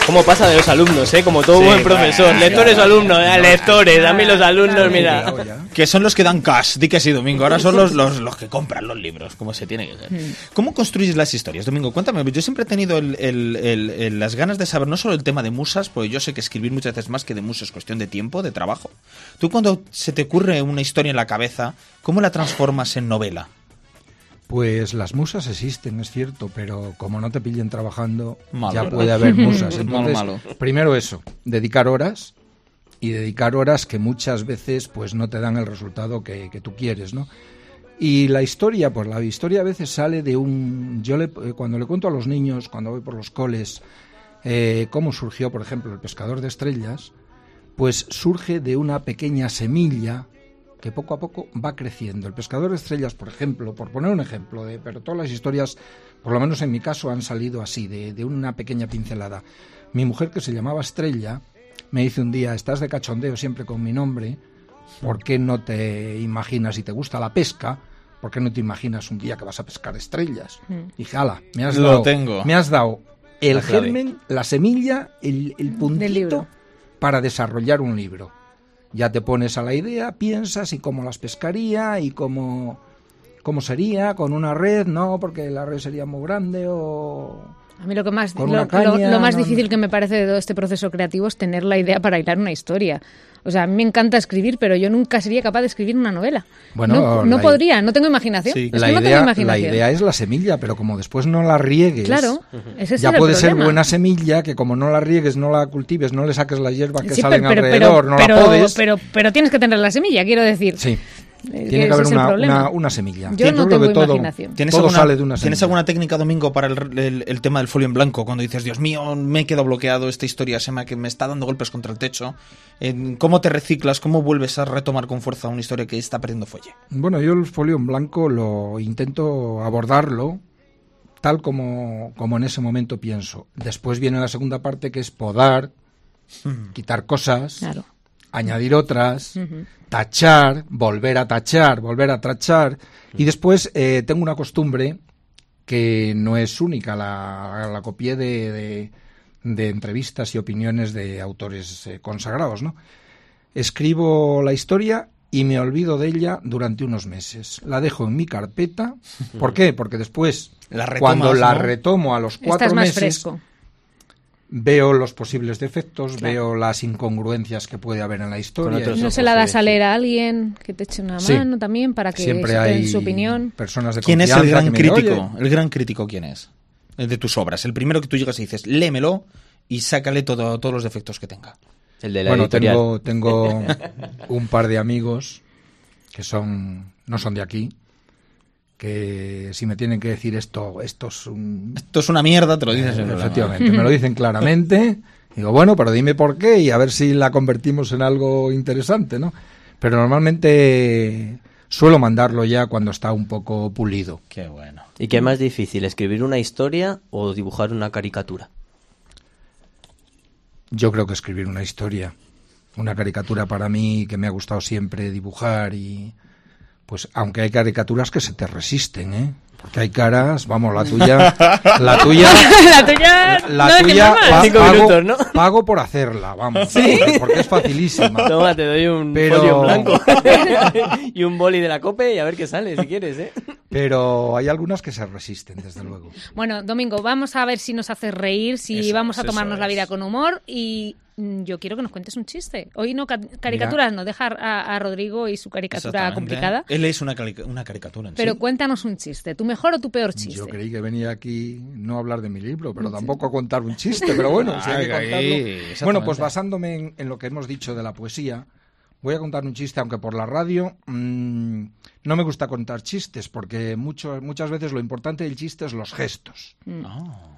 Speaker 4: ¿Cómo pasa de los alumnos, eh? Como todo
Speaker 2: Sí,
Speaker 4: buen profesor.
Speaker 2: bueno,
Speaker 4: lectores o
Speaker 2: claro.
Speaker 4: alumnos, eh, lectores. A mí los alumnos, mira.
Speaker 9: ¿eh?
Speaker 2: Que son los que dan cash, di que sí, Domingo. Ahora son los, los, los que compran los libros, como se tiene que ser. ¿Cómo construís las historias, Domingo? Cuéntame, yo siempre he tenido el- el- el- el- las ganas de saber no solo el tema de musas, porque yo sé que escribir muchas veces más que de musas es cuestión de tiempo, de trabajo. Tú cuando se te ocurre una historia en la cabeza, ¿cómo la transformas en novela?
Speaker 9: Pues las musas existen, es cierto, pero como no te pillen trabajando,
Speaker 2: Malo,
Speaker 9: ya
Speaker 2: ¿verdad?
Speaker 9: puede haber musas.
Speaker 2: Malo,
Speaker 9: Entonces,
Speaker 2: malo.
Speaker 9: primero eso, dedicar horas y dedicar horas que muchas veces pues no te dan el resultado que, que tú quieres, ¿no? Y la historia, pues la historia a veces sale de un... Yo le- eh, cuando le cuento a los niños, cuando voy por los coles, eh, cómo surgió, por ejemplo, el pescador de estrellas, pues surge de una pequeña semilla que poco a poco va creciendo. El pescador de estrellas, por ejemplo, por poner un ejemplo, de, pero todas las historias, por lo menos en mi caso, han salido así, de, de una pequeña pincelada. Mi mujer, que se llamaba Estrella, me dice un día, estás de cachondeo siempre con mi nombre, ¿por qué no te imaginas, si te gusta la pesca, por qué no te imaginas un día que vas a pescar estrellas? Dije, ala, me has
Speaker 2: Lo
Speaker 9: dado,
Speaker 2: tengo.
Speaker 9: me has dado el
Speaker 4: La clave.
Speaker 9: germen, la semilla, el, el
Speaker 3: Del
Speaker 9: puntito
Speaker 3: libro.
Speaker 9: para desarrollar un libro. Ya te pones a la idea, piensas y cómo las pescaría y cómo, cómo sería con una red, no, porque la red sería muy grande o...
Speaker 3: A mí lo que más
Speaker 9: Con
Speaker 3: lo,
Speaker 9: una caña,
Speaker 3: lo- lo más
Speaker 9: no, no.
Speaker 3: difícil que me parece de todo este proceso creativo es tener la idea para hilar una historia. O sea, a mí me encanta escribir, pero yo nunca sería capaz de escribir una novela.
Speaker 9: Bueno,
Speaker 3: no,
Speaker 9: la
Speaker 3: no
Speaker 9: i-
Speaker 3: podría, no tengo imaginación.
Speaker 2: Sí.
Speaker 3: Es
Speaker 9: la,
Speaker 3: que no tengo
Speaker 9: idea, la
Speaker 3: imaginación.
Speaker 9: idea es la semilla, pero como después no la riegues...
Speaker 3: Claro, ese es
Speaker 9: Ya
Speaker 3: el
Speaker 9: puede ser
Speaker 3: problema.
Speaker 9: buena semilla que como no la riegues, no la cultives, no le saques las hierbas que
Speaker 3: Sí,
Speaker 9: salen alrededor, no
Speaker 3: pero-
Speaker 9: la podes...
Speaker 3: pero- pero tienes que tener la semilla, quiero decir.
Speaker 9: sí,
Speaker 3: Eh,
Speaker 9: tiene
Speaker 3: ese
Speaker 9: que haber
Speaker 3: es el
Speaker 9: una,
Speaker 3: problema.
Speaker 9: una- una semilla.
Speaker 3: Yo no
Speaker 9: creo que
Speaker 3: tengo
Speaker 9: todo-
Speaker 3: imaginación.
Speaker 2: ¿Tienes,
Speaker 9: todo
Speaker 2: alguna,
Speaker 9: sale de una
Speaker 2: ¿Tienes
Speaker 9: semilla.
Speaker 2: alguna técnica, Domingo, para el, el- el tema del folio en blanco? Cuando dices, Dios mío, me he quedado bloqueado, esta historia se me, que me está dando golpes contra el techo. En- ¿Cómo te reciclas? ¿Cómo vuelves a retomar con fuerza una historia que está perdiendo fuelle?
Speaker 9: Bueno, yo el folio en blanco lo intento abordarlo tal como, como en ese momento pienso. Después viene la segunda parte que es podar, quitar cosas,
Speaker 3: Claro. Hmm.
Speaker 9: añadir otras, tachar, volver a tachar, volver a tachar.
Speaker 2: Mm.
Speaker 9: Y después eh, tengo una costumbre que no es única, la, la copié de, de- de entrevistas y opiniones de autores eh, consagrados, ¿no? Escribo la historia y me olvido de ella durante unos meses. La dejo en mi carpeta. ¿Por qué? Porque después,
Speaker 2: La retomas,
Speaker 9: cuando la
Speaker 2: ¿no?
Speaker 9: retomo a los cuatro
Speaker 3: Estás más
Speaker 9: meses,
Speaker 3: fresco.
Speaker 9: veo los posibles defectos,
Speaker 3: Claro.
Speaker 9: veo las incongruencias que puede haber en la historia.
Speaker 4: otros
Speaker 3: No
Speaker 4: ojos,
Speaker 3: se la das
Speaker 4: sí,
Speaker 3: a
Speaker 4: sí.
Speaker 3: leer a alguien que te eche una
Speaker 9: Sí.
Speaker 3: mano también para que
Speaker 9: Siempre
Speaker 3: se te den
Speaker 9: hay
Speaker 3: su opinión.
Speaker 9: personas de
Speaker 2: ¿Quién es el
Speaker 9: confianza
Speaker 2: gran
Speaker 9: que me digan,
Speaker 2: crítico?
Speaker 9: "Oye,
Speaker 2: ¿El gran crítico quién es? El de tus obras. El primero que tú llegas y dices, lémelo y sácale todo- todos los defectos que tenga.
Speaker 4: El de
Speaker 9: bueno, tengo, tengo un par de amigos que son no son de aquí que si me tienen que decir esto, esto es un
Speaker 2: Esto es una mierda, te lo dices. en el programa.
Speaker 9: Eh, efectivamente, me lo dicen claramente. Digo, bueno, pero dime por qué y a ver si la convertimos en algo interesante, ¿no? Pero normalmente suelo mandarlo ya cuando está un poco pulido.
Speaker 2: "Ah, Qué bueno.
Speaker 4: ¿Y qué es más difícil, escribir una historia o dibujar una caricatura?
Speaker 9: Yo creo que escribir una historia, una caricatura para mí que me ha gustado siempre dibujar y pues aunque hay caricaturas que se te resisten, ¿eh? Porque hay caras, vamos, la tuya, la tuya,
Speaker 3: la tuya
Speaker 9: la
Speaker 3: no es que
Speaker 9: tuya
Speaker 3: no más.
Speaker 9: pa-
Speaker 4: Cinco
Speaker 9: pago,
Speaker 4: minutos, ¿no?
Speaker 9: pago por hacerla, vamos, porque es facilísima.
Speaker 4: Toma, te doy un
Speaker 9: Pero-
Speaker 4: folio en blanco y un boli de la cope y a ver qué sale, si quieres, ¿eh?
Speaker 9: Pero hay algunas que se resisten, desde luego.
Speaker 3: Bueno, Domingo, vamos a ver si nos haces reír, si
Speaker 2: Eso
Speaker 3: vamos a
Speaker 2: es,
Speaker 3: tomarnos
Speaker 2: eso
Speaker 3: la
Speaker 2: es.
Speaker 3: vida con humor y mm, yo quiero que nos cuentes un chiste. Hoy no ca- caricaturas, no dejar a, a Rodrigo y su caricatura
Speaker 2: Exactamente.
Speaker 3: complicada,
Speaker 2: Él es una, cari- una caricatura. en sí.
Speaker 3: pero cuéntanos un chiste, tu mejor o tu peor chiste.
Speaker 9: Yo creí que venía aquí no a hablar de mi libro, pero tampoco a contar un chiste, pero bueno, si hay que
Speaker 2: Ah, ahí,
Speaker 9: contarlo.
Speaker 2: exactamente.
Speaker 9: Bueno, pues basándome en, en lo que hemos dicho de la poesía, voy a contar un chiste, aunque por la radio mm, no me gusta contar chistes, porque mucho- muchas veces lo importante del chiste es los gestos.
Speaker 2: Ah.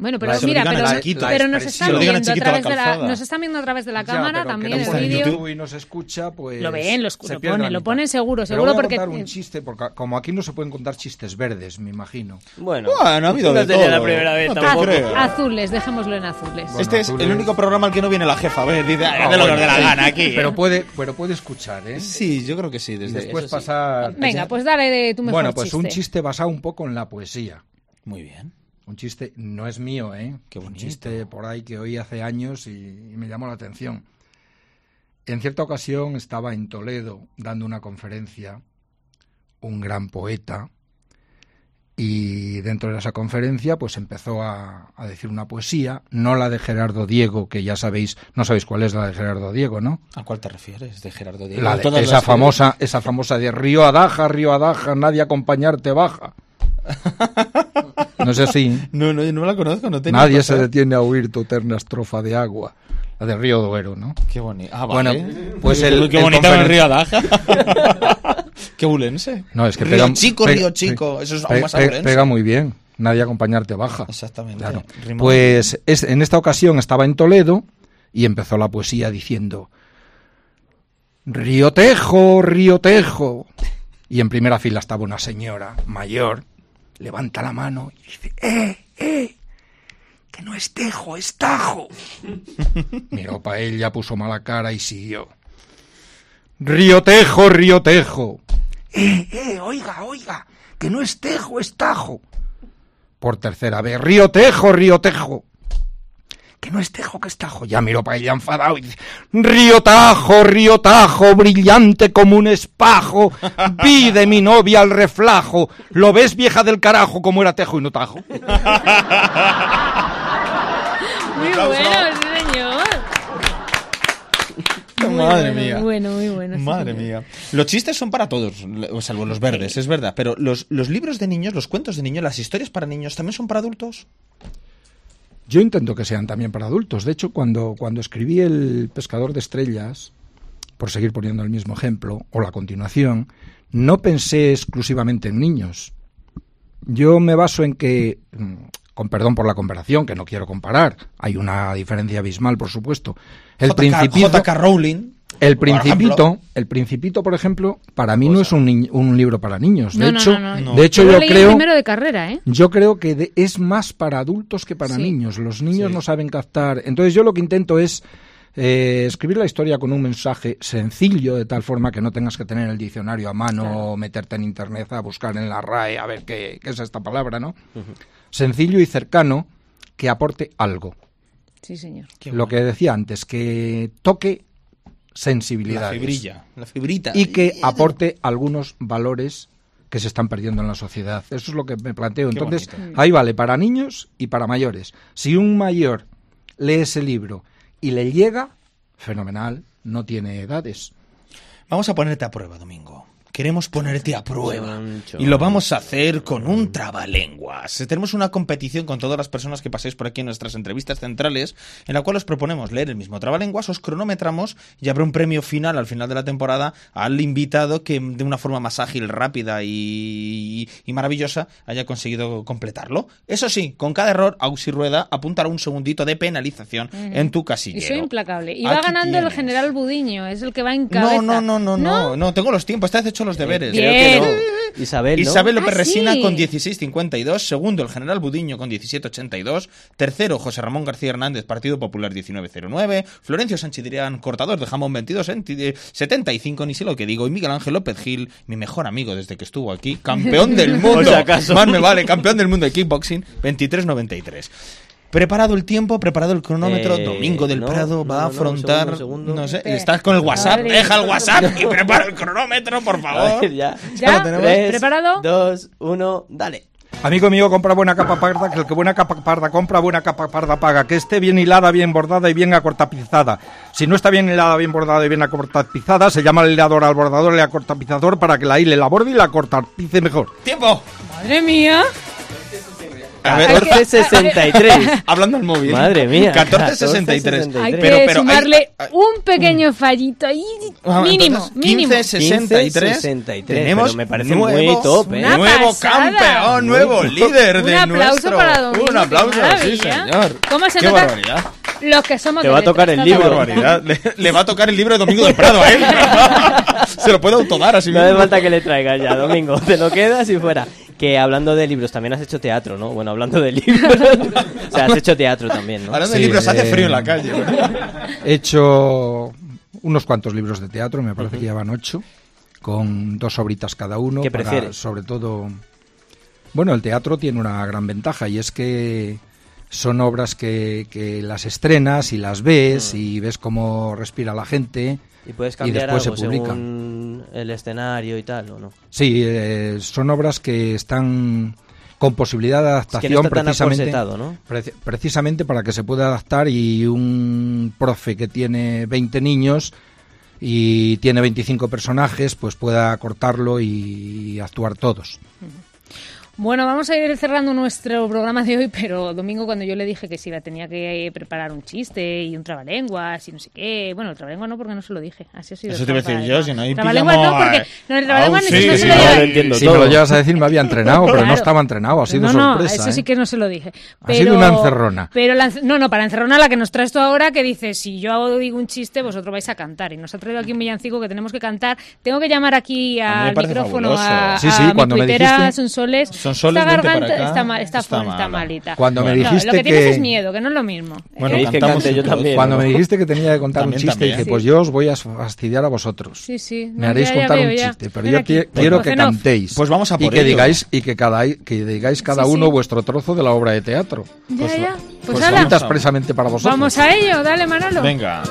Speaker 3: Bueno, pero
Speaker 2: Se lo
Speaker 3: mira,
Speaker 2: digan a
Speaker 3: pero,
Speaker 2: Chiquito.
Speaker 3: pero
Speaker 9: La
Speaker 3: nos,
Speaker 9: expresión.
Speaker 2: Se
Speaker 3: están
Speaker 2: lo digan a
Speaker 3: viendo a
Speaker 2: Chiquito la
Speaker 3: través de la,
Speaker 2: calzada.
Speaker 3: nos están viendo a través de la
Speaker 9: Ya,
Speaker 3: cámara,
Speaker 9: pero
Speaker 3: también
Speaker 9: que no
Speaker 3: el
Speaker 9: está en
Speaker 3: vídeo.
Speaker 9: YouTube y no se escucha, pues...
Speaker 3: Lo ven, lo escu-
Speaker 9: se
Speaker 3: lo
Speaker 9: pierde la
Speaker 3: ponen, lo
Speaker 9: mitad.
Speaker 3: ponen seguro,
Speaker 9: Pero
Speaker 3: seguro,
Speaker 9: voy a
Speaker 3: porque- eh,
Speaker 9: contar un chiste, porque como aquí no se pueden contar chistes verdes, me imagino.
Speaker 4: Bueno,
Speaker 2: Bueno, ha habido
Speaker 4: no
Speaker 2: de
Speaker 4: sería
Speaker 2: todo.
Speaker 4: la primera vez
Speaker 2: No te
Speaker 4: tampoco. Ah,
Speaker 2: creo.
Speaker 3: Azules, dejémoslo en azules.
Speaker 9: Bueno,
Speaker 2: Este es
Speaker 9: tú
Speaker 2: el
Speaker 9: le-
Speaker 2: único programa al que no viene la jefa. A ver, dice, "Ah,
Speaker 9: Ah,
Speaker 2: de lo que os
Speaker 9: bueno,
Speaker 2: dé la
Speaker 9: sí.
Speaker 2: gana aquí.
Speaker 9: Pero puede, pero puede escuchar, ¿eh?
Speaker 2: Sí, yo creo que sí.
Speaker 9: Y
Speaker 2: Desde
Speaker 9: después
Speaker 2: eso sí.
Speaker 9: pasar...
Speaker 3: Venga, pues dale de tu mejor
Speaker 9: Bueno, pues
Speaker 3: chiste.
Speaker 9: un chiste basado un poco en la poesía.
Speaker 2: Muy bien.
Speaker 9: Un chiste no es mío, ¿eh?
Speaker 2: Qué
Speaker 9: Es un
Speaker 2: bonito.
Speaker 9: chiste por ahí que oí hace años y, y me llamó la atención. En cierta ocasión estaba en Toledo dando una conferencia, un gran poeta, y dentro de esa conferencia pues empezó a, a decir una poesía, no la de Gerardo Diego, que ya sabéis, no sabéis cuál es la de Gerardo Diego, ¿no?
Speaker 2: ¿A cuál te refieres? De Gerardo Diego.
Speaker 9: La de-
Speaker 2: Todas
Speaker 9: esa
Speaker 2: las que-
Speaker 9: famosa, esa famosa de Río Adaja, Río Adaja, nadie a acompañarte baja. No es así.
Speaker 2: No, no, no la conozco, no tenía
Speaker 9: Nadie
Speaker 2: pasada.
Speaker 9: se detiene a oír tu terna estrofa de agua. La de Río Duero, ¿no?
Speaker 2: Qué bonito. Ah,
Speaker 9: Bueno,
Speaker 2: vale.
Speaker 9: pues el-
Speaker 2: Qué
Speaker 9: el
Speaker 2: bonito el
Speaker 9: conferen-
Speaker 2: Río Adaja. Qué bulense.
Speaker 9: No, es que
Speaker 2: Río
Speaker 9: pega,
Speaker 2: Chico,
Speaker 9: pe-
Speaker 2: Río
Speaker 9: pe-
Speaker 2: Chico. Eso es
Speaker 9: pe-
Speaker 2: aún más
Speaker 9: pe-
Speaker 2: abulense.
Speaker 9: Pega muy bien. Nadie a acompañarte baja.
Speaker 2: Exactamente.
Speaker 9: Claro.
Speaker 2: Rima-
Speaker 9: Pues es- en esta ocasión estaba en Toledo y empezó la poesía diciendo Río Tejo, Río Tejo. Y en primera fila estaba una señora mayor, levanta la mano y dice, ¡eh, eh! Que no es Tejo, es Tajo. Miró para ella, puso mala cara y siguió. Río Tejo, Río Tejo. ¡Eh, eh! Oiga, oiga, que no es Tejo, es Tajo por tercera vez. Río Tejo, Río Tejo. Que no es Tejo, que es Tajo. Ya miró para ella enfadado y dice, Río Tajo, Río Tajo, brillante como un espajo. Vi de mi novia al reflajo. ¿Lo ves, vieja del carajo, como era Tejo y no Tajo?
Speaker 3: Muy bueno, sí, señor. Muy
Speaker 2: Madre
Speaker 3: bueno,
Speaker 2: mía.
Speaker 3: Muy bueno, muy bueno. sí,
Speaker 2: Madre
Speaker 3: señor.
Speaker 2: mía. Los chistes son para todos, le- salvo los verdes, es verdad. Pero los, los libros de niños, los cuentos de niños, las historias para niños, ¿también son para adultos?
Speaker 9: Yo intento que sean también para adultos. De hecho, cuando, cuando escribí El Pescador de Estrellas, por seguir poniendo el mismo ejemplo, o la continuación, no pensé exclusivamente en niños. Yo me baso en que, mm, con perdón por la comparación, que no quiero comparar, hay una diferencia abismal, por supuesto. El
Speaker 2: J.K.
Speaker 9: Principito,
Speaker 2: J.K. Rowling.
Speaker 9: el
Speaker 2: por ejemplo.
Speaker 9: Principito, el Principito, por ejemplo, para mí no es un, ni- un libro para niños. De
Speaker 3: No, no,
Speaker 9: hecho,
Speaker 3: no, no.
Speaker 9: de hecho
Speaker 3: Yo
Speaker 9: yo
Speaker 3: leí el
Speaker 9: creo
Speaker 3: primero de carrera, ¿eh?
Speaker 9: yo creo que de- es más para adultos que para
Speaker 3: Sí.
Speaker 9: niños. Los niños no saben captar. Entonces yo lo que intento es eh, escribir la historia con un mensaje sencillo, de tal forma que no tengas que tener el diccionario a mano o meterte en internet a buscar en la RAE a ver qué, qué es esta palabra, ¿no? Sencillo y cercano que aporte algo.
Speaker 3: Sí, señor.
Speaker 2: Qué
Speaker 9: lo
Speaker 2: bueno.
Speaker 9: que decía antes, que toque
Speaker 2: La
Speaker 9: sensibilidades
Speaker 2: fibrilla, la fibrita.
Speaker 9: y que aporte algunos valores que se están perdiendo en la sociedad. Eso es lo que me planteo.
Speaker 2: Qué
Speaker 9: Entonces,
Speaker 2: bonito.
Speaker 9: ahí vale para niños y para mayores. Si un mayor lee ese libro y le llega, fenomenal, no tiene edades.
Speaker 2: Vamos a ponerte a prueba, Domingo. Queremos ponerte a prueba.
Speaker 4: Chon, chon.
Speaker 2: Y lo vamos a hacer con un trabalenguas. Tenemos una competición con todas las personas que paséis por aquí en nuestras entrevistas centrales, en la cual os proponemos leer el mismo trabalenguas, os cronometramos y habrá un premio final al final de la temporada al invitado que de una forma más ágil, rápida y, y maravillosa haya conseguido completarlo. Eso sí, con cada error, Auxi Rueda apuntará un segundito de penalización en tu
Speaker 3: Y
Speaker 2: casillero.
Speaker 3: soy implacable. Y va
Speaker 2: Aquí
Speaker 3: ganando el
Speaker 2: tienes.
Speaker 3: general Budiño, es el que va en cabeza.
Speaker 2: No, no, no, no, no, no, tengo los tiempos, te has hecho los deberes.
Speaker 3: Bien. Creo que
Speaker 4: Isabel, ¿no?
Speaker 2: Isabel López
Speaker 3: Ah,
Speaker 2: Resina
Speaker 3: sí.
Speaker 2: con 16.52, segundo el general Budiño con 17.82, tercero José Ramón García Hernández, Partido Popular 19.09, Florencio Sánchez Dirián, cortador de jamón 22, en- eh, 75, ni sé lo que digo, y Miguel Ángel López Gil, mi mejor amigo desde que estuvo aquí, campeón del mundo,
Speaker 4: Por si acaso.
Speaker 2: más me vale, campeón del mundo de kickboxing 23.93. Preparado el tiempo, preparado el cronómetro,
Speaker 4: Eh,
Speaker 2: Domingo del
Speaker 4: no,
Speaker 2: Prado
Speaker 4: no,
Speaker 2: va a
Speaker 4: no, un
Speaker 2: afrontar.
Speaker 4: segundo, un segundo.
Speaker 2: No sé, estás con el WhatsApp,
Speaker 3: Madre.
Speaker 2: deja el WhatsApp y prepara el cronómetro, por
Speaker 4: A ver,
Speaker 2: favor.
Speaker 4: ya.
Speaker 3: ¿Ya?
Speaker 2: lo tenemos.
Speaker 4: Tres,
Speaker 3: ¿Preparado?
Speaker 4: Dos, uno, dale.
Speaker 9: Amigo mío, compra buena capa parda, que el que buena capa parda compra, buena capa parda paga. Que esté bien hilada, bien bordada y bien acortapizada. Si no está bien hilada, bien bordada y bien acortapizada, se llama al hilador, al bordador y al acortapizador para que la hile, la borde y la acortapice mejor.
Speaker 2: ¡Tiempo!
Speaker 3: Madre mía.
Speaker 2: A ver, Orza,
Speaker 4: 1463.
Speaker 2: hablando al móvil.
Speaker 4: Madre mía.
Speaker 2: 1463.
Speaker 4: 14.63.
Speaker 3: Hay que
Speaker 2: Pero- pero hay-
Speaker 3: sumarle
Speaker 2: hay- Mm.
Speaker 3: un pequeño fallito ahí.
Speaker 2: Vamos,
Speaker 3: Mínimo,
Speaker 2: entonces,
Speaker 3: mínimo.
Speaker 2: 1563.
Speaker 4: 63,
Speaker 2: Tenemos
Speaker 4: pero me parece
Speaker 2: nuevo,
Speaker 4: muy top, ¿eh?
Speaker 3: Una
Speaker 2: Nuevo
Speaker 3: pasada.
Speaker 2: campeón, nuevo líder
Speaker 3: Un
Speaker 2: de
Speaker 3: aplauso
Speaker 2: nuestro.
Speaker 3: para Domingo,
Speaker 2: Un aplauso,
Speaker 3: qué
Speaker 2: sí,
Speaker 3: maravilla.
Speaker 2: señor.
Speaker 3: ¿Cómo se
Speaker 2: Qué
Speaker 3: nota?
Speaker 2: barbaridad.
Speaker 3: Los que somos
Speaker 4: Te
Speaker 3: de
Speaker 4: va a tocar
Speaker 3: letras,
Speaker 4: el
Speaker 2: Qué
Speaker 3: ¿no?
Speaker 4: libro.
Speaker 2: barbaridad. Le, le va a tocar el libro de Domingo del Prado a él. Se lo puede autodar así
Speaker 4: No hace
Speaker 2: mismo.
Speaker 4: falta que le traigas ya, Domingo. Te lo quedas y fuera. Que hablando de libros, también has hecho teatro, ¿no? Bueno, hablando de libros. o sea, has hecho teatro también, ¿no?
Speaker 2: Hablando de
Speaker 9: Sí,
Speaker 2: libros, hace
Speaker 9: eh,
Speaker 2: frío en la calle.
Speaker 9: He hecho unos cuantos libros de teatro, me parece que ya van ocho, con dos obritas cada uno.
Speaker 4: ¿Qué
Speaker 9: para,
Speaker 4: prefieres?
Speaker 9: sobre todo. Bueno, el teatro tiene una gran ventaja y es que son obras que, que las estrenas y las
Speaker 4: Mm.
Speaker 9: ves y ves cómo respira la gente.
Speaker 4: Y puedes
Speaker 9: Y
Speaker 4: cambiar
Speaker 9: después
Speaker 4: algo
Speaker 9: se publica.
Speaker 4: según el escenario y tal, ¿o no?
Speaker 9: Sí, eh, son obras que están con posibilidad de
Speaker 4: Es
Speaker 9: adaptación
Speaker 4: que no está tan
Speaker 9: precisamente.
Speaker 4: acorsetado, ¿no?
Speaker 9: Preci- precisamente para que se pueda adaptar y un profe que tiene 20 niños y tiene 25 personajes, pues pueda cortarlo y actuar todos.
Speaker 3: Bueno, vamos a ir cerrando nuestro programa de hoy, pero domingo cuando yo le dije que si la tenía que preparar un chiste y un trabalenguas y no sé qué, bueno, el trabalenguas no porque no se lo dije, así ha sido.
Speaker 2: Eso te iba a decir
Speaker 3: trampa,
Speaker 2: yo,
Speaker 3: además.
Speaker 2: si no, ahí
Speaker 3: Trabalenguas no
Speaker 2: pillamos a-
Speaker 3: porque no, el
Speaker 2: a
Speaker 3: trabalenguas
Speaker 2: un
Speaker 3: ni- no
Speaker 2: sí,
Speaker 3: se
Speaker 2: sí,
Speaker 3: lo
Speaker 2: ahora
Speaker 3: lleva-
Speaker 2: lo
Speaker 4: entiendo.
Speaker 9: Si
Speaker 4: todo.
Speaker 9: me lo llevas a decir, me había entrenado, pero no
Speaker 3: Claro.
Speaker 9: estaba entrenado, ha sido
Speaker 3: no, no,
Speaker 9: sorpresa.
Speaker 3: eso sí
Speaker 9: ¿eh?
Speaker 3: que no se lo dije. Pero,
Speaker 9: sido una encerrona.
Speaker 3: Pero la ence- no, no, para encerrona la que nos traes tú ahora, que dice, si yo hago- digo un chiste, vosotros vais a cantar. Y nos ha traído aquí un villancico que tenemos que cantar. Tengo que llamar aquí
Speaker 2: A mí me
Speaker 3: al
Speaker 2: parece
Speaker 3: micrófono
Speaker 2: fabuloso.
Speaker 3: a,
Speaker 9: Sí, sí,
Speaker 3: a mi
Speaker 9: cuando me
Speaker 3: tuitera,
Speaker 9: dijiste-
Speaker 3: Sonsoles.
Speaker 2: Sonsoles,
Speaker 3: Esta
Speaker 2: vente para
Speaker 3: garganta
Speaker 2: acá.
Speaker 3: está, mal, está,
Speaker 2: Está
Speaker 3: full, está
Speaker 2: mala.
Speaker 3: malita.
Speaker 9: Cuando
Speaker 3: No,
Speaker 9: me dijiste
Speaker 3: lo que, tienes
Speaker 9: que-
Speaker 3: es miedo, que no es lo mismo.
Speaker 2: Bueno,
Speaker 4: Que
Speaker 2: cantamos
Speaker 4: cante yo
Speaker 2: juntos.
Speaker 4: también.
Speaker 9: Cuando
Speaker 4: ¿no?
Speaker 9: me dijiste que tenía que contar
Speaker 2: También,
Speaker 9: un chiste,
Speaker 2: también.
Speaker 9: dije, pues yo os voy a fastidiar a vosotros.
Speaker 3: Sí, sí.
Speaker 9: Me
Speaker 3: No,
Speaker 9: haréis
Speaker 3: ya- ya
Speaker 9: contar
Speaker 3: veo,
Speaker 9: un
Speaker 3: ya.
Speaker 9: chiste, pero
Speaker 3: Ven
Speaker 9: yo
Speaker 3: aquí,
Speaker 9: tie-
Speaker 3: por
Speaker 9: quiero que
Speaker 3: favor.
Speaker 9: cantéis.
Speaker 2: Pues vamos a
Speaker 9: y
Speaker 2: por
Speaker 9: que
Speaker 2: ello.
Speaker 9: digáis Y que, cada, que digáis cada
Speaker 3: Sí,
Speaker 9: uno
Speaker 3: sí.
Speaker 9: vuestro trozo de la obra de teatro.
Speaker 3: Ya,
Speaker 2: Pues
Speaker 3: ya.
Speaker 2: va-
Speaker 3: Pues,
Speaker 9: Pues,
Speaker 3: hala,
Speaker 9: ahorita
Speaker 2: vamos.
Speaker 9: expresamente para vosotros.
Speaker 3: vamos a ello, dale Manolo.
Speaker 2: Venga.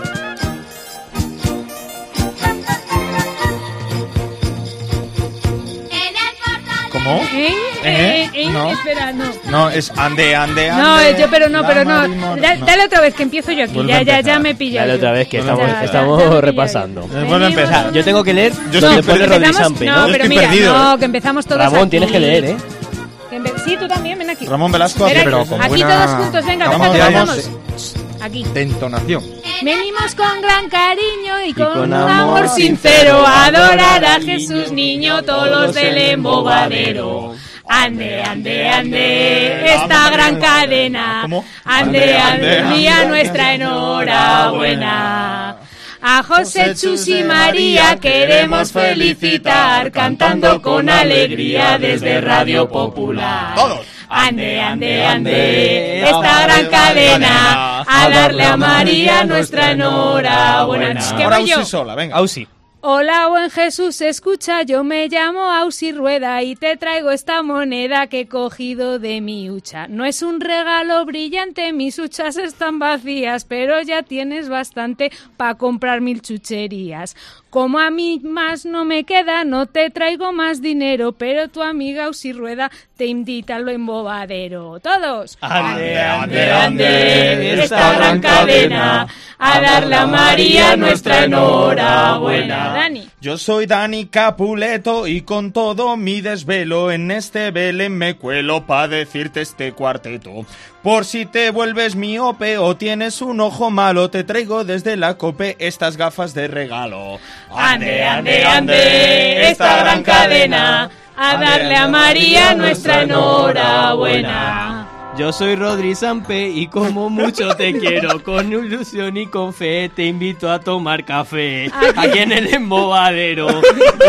Speaker 2: ¿Cómo?
Speaker 3: ¿Eh?
Speaker 2: ¿Eh?
Speaker 3: ¿Eh? ¿Eh?
Speaker 2: No.
Speaker 3: Espera, no.
Speaker 2: No, es ande, ande, ande.
Speaker 3: No, eh, yo, pero no,
Speaker 2: la
Speaker 3: pero no.
Speaker 2: marimor-
Speaker 3: Da-
Speaker 2: no.
Speaker 3: Dale otra vez, que empiezo yo aquí.
Speaker 2: Vuelve
Speaker 3: Ya,
Speaker 2: a
Speaker 3: ya, ya
Speaker 2: empezar.
Speaker 3: me pilla.
Speaker 4: Dale
Speaker 3: yo.
Speaker 4: otra vez, que
Speaker 3: Ya,
Speaker 4: estamos-
Speaker 3: ya, ya
Speaker 4: estamos
Speaker 3: me pilla yo.
Speaker 4: repasando.
Speaker 2: Eh, vuelve a empezar.
Speaker 3: Venimos-
Speaker 4: Yo tengo que leer
Speaker 2: Yo
Speaker 4: donde
Speaker 2: estoy
Speaker 4: pone
Speaker 2: perdido.
Speaker 4: Rodri
Speaker 3: Empezamos-
Speaker 4: Sampe,
Speaker 3: no,
Speaker 4: ¿no?
Speaker 2: Yo
Speaker 3: pero
Speaker 2: estoy
Speaker 3: mira,
Speaker 2: perdido.
Speaker 3: no, que empezamos todos
Speaker 4: Ramón,
Speaker 3: aquí.
Speaker 4: tienes que leer, ¿eh?
Speaker 3: Que empe- Sí, tú también, ven aquí.
Speaker 2: Ramón Velasco
Speaker 3: Ven
Speaker 2: hace-
Speaker 3: aquí,
Speaker 9: pero con
Speaker 3: aquí
Speaker 9: buena-
Speaker 3: todos juntos, venga,
Speaker 2: Vamos,
Speaker 3: venga, que
Speaker 2: vamos.
Speaker 3: vamos. Aquí.
Speaker 9: De entonación.
Speaker 3: Venimos con gran cariño y con,
Speaker 4: con
Speaker 3: un
Speaker 4: amor
Speaker 3: amor sincero a adorar a Jesús niño todos los del embobadero. Ande, ande, ande, esta gran cadena.
Speaker 2: ¿Cómo?
Speaker 3: Ande,
Speaker 2: Ande,
Speaker 3: ande,
Speaker 2: ande,
Speaker 3: día
Speaker 2: ande,
Speaker 3: nuestra enhorabuena. A José, Chus y María queremos felicitar cantando con alegría desde Radio Popular.
Speaker 2: Todos.
Speaker 3: Ande, ande, ande, esta gran cadena a darle a María nuestra enhorabuena. Es que
Speaker 2: Ahora
Speaker 3: voy yo.
Speaker 2: Usi sola, venga.
Speaker 4: Ausi.
Speaker 3: Hola, buen Jesús, escucha, yo me llamo Ausi Rueda y te traigo esta moneda que he cogido de mi hucha. No es un regalo brillante, mis huchas están vacías, pero ya tienes bastante para comprar mil chucherías. Como a mí más no me queda, no te traigo más dinero, pero tu amiga Ausi Rueda te invita a lo embobadero. ¡Todos!
Speaker 2: Ande,
Speaker 3: ande, ande, esta gran cadena, a darle a María nuestra enhorabuena. Dani.
Speaker 2: Yo soy Dani Capuleto y con todo mi desvelo en este Belén me cuelo pa' decirte este cuarteto. Por si te vuelves miope o tienes un ojo malo, te traigo desde la cope estas gafas de regalo.
Speaker 3: Ande, ande, ande, esta gran cadena, a darle a María nuestra enhorabuena.
Speaker 4: Yo soy Rodri Sampe y como mucho te quiero, con ilusión y con fe te invito a tomar café aquí en el embobadero.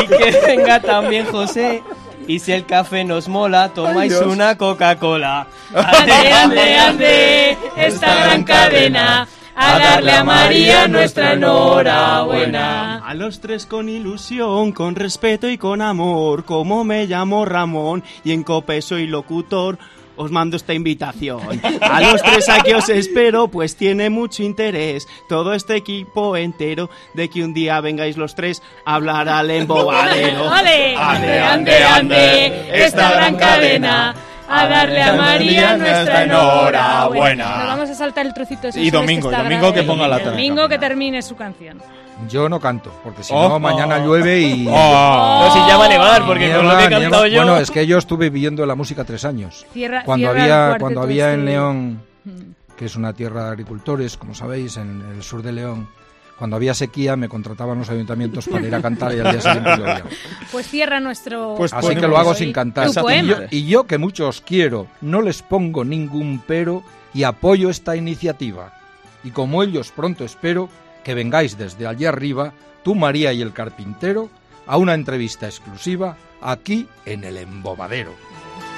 Speaker 4: Y que venga también José. Y si el café nos mola, tomáis una Coca-Cola.
Speaker 3: Ande, ande, ande, esta gran cadena, a darle a María nuestra enhorabuena.
Speaker 5: A los tres con ilusión, con respeto y con amor, como me llamo Ramón y en cope soy locutor. os mando esta invitación. A los tres aquí os espero, pues tiene mucho interés todo este equipo entero de que un día vengáis los tres a hablar al embobadero.
Speaker 3: ¡Ole!
Speaker 5: Ande,
Speaker 3: ande, ande! Esta gran cadena. A darle a María nuestra enhorabuena. Nos vamos a saltar el trocito. eso
Speaker 2: Y
Speaker 3: sí,
Speaker 2: domingo,
Speaker 3: este está
Speaker 2: y domingo
Speaker 3: grave.
Speaker 2: que ponga la
Speaker 3: Domingo que termine su canción.
Speaker 9: Yo no canto, porque si
Speaker 2: Oh.
Speaker 9: no, mañana llueve y.
Speaker 2: Oh.
Speaker 10: No, si ya va a nevar, porque
Speaker 9: Mierda,
Speaker 10: con lo que he cantado
Speaker 9: mierda.
Speaker 10: yo.
Speaker 9: Bueno, es que yo estuve viviendo la música tres años.
Speaker 3: Cierra-
Speaker 9: cuando
Speaker 3: cierra el
Speaker 9: había,
Speaker 3: cuarteto
Speaker 9: cuando había en
Speaker 3: este.
Speaker 9: León, que es una tierra de agricultores, como sabéis, en el sur de León, cuando había sequía me contrataban los ayuntamientos para ir a cantar y al día siguiente llovía.
Speaker 3: Pues cierra nuestro.
Speaker 2: Pues
Speaker 9: Así
Speaker 2: ponemos
Speaker 9: que lo hago
Speaker 2: hoy
Speaker 9: sin
Speaker 3: Tu
Speaker 9: cantar. Y
Speaker 3: poema.
Speaker 9: yo, y yo, que mucho os quiero, no les pongo ningún pero y apoyo esta iniciativa. Y como ellos pronto espero que vengáis desde allí arriba, tú María y el carpintero, a una entrevista exclusiva aquí en el embobadero.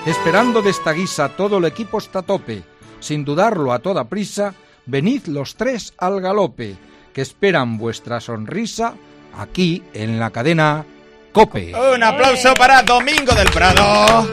Speaker 9: Esperando de esta guisa todo el equipo está a tope. Sin dudarlo a toda prisa, venid los tres al galope, que esperan vuestra sonrisa aquí en la cadena Cope.
Speaker 2: Un
Speaker 3: Eh.
Speaker 2: aplauso para Domingo del Prado.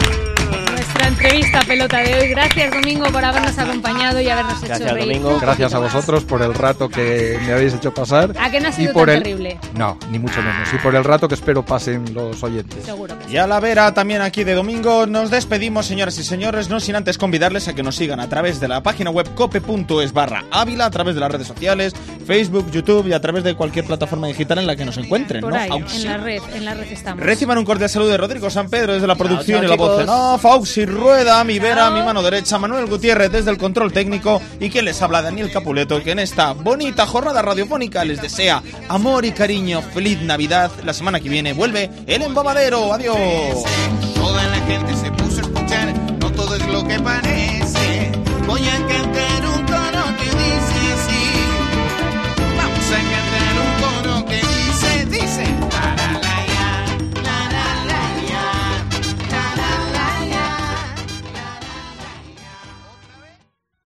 Speaker 3: Nuestra entrevista pelota de hoy. Gracias, Domingo, por habernos acompañado y habernos hecho
Speaker 4: Gracias,
Speaker 3: reír.
Speaker 4: Domingo.
Speaker 3: un
Speaker 9: Gracias a
Speaker 3: poquito más.
Speaker 9: vosotros por el rato que me habéis hecho pasar.
Speaker 3: ¿A que no ha
Speaker 9: Y
Speaker 3: sido
Speaker 9: por
Speaker 3: tan
Speaker 9: el-
Speaker 3: terrible?
Speaker 9: No, ni mucho menos. Y por el rato que espero pasen los oyentes.
Speaker 3: Seguro que sí.
Speaker 2: Y a la vera también aquí de domingo nos despedimos, señoras y señores, no sin antes convidarles a que nos sigan a través de la página web cope.es barra Ávila, a través de las redes sociales, Facebook, YouTube y a través de cualquier plataforma digital en la que nos encuentren,
Speaker 3: Por
Speaker 2: ¿no?
Speaker 3: ahí,
Speaker 2: Auxi.
Speaker 3: en la red, en la red estamos.
Speaker 2: Reciban un cordial saludo de Rodrigo San Pedro desde la producción
Speaker 10: chao,
Speaker 2: y la voz. de
Speaker 10: chicos.
Speaker 2: No, Fauxi Rueda, mi vera, mi mano derecha, Manuel Gutiérrez desde el control técnico y quien les habla, Daniel Capuleto, que en esta bonita jornada radiofónica les desea amor y cariño, feliz Navidad. La semana que viene vuelve el embobadero. Adiós.
Speaker 11: Toda la gente se puso a escuchar, no todo es lo que parece.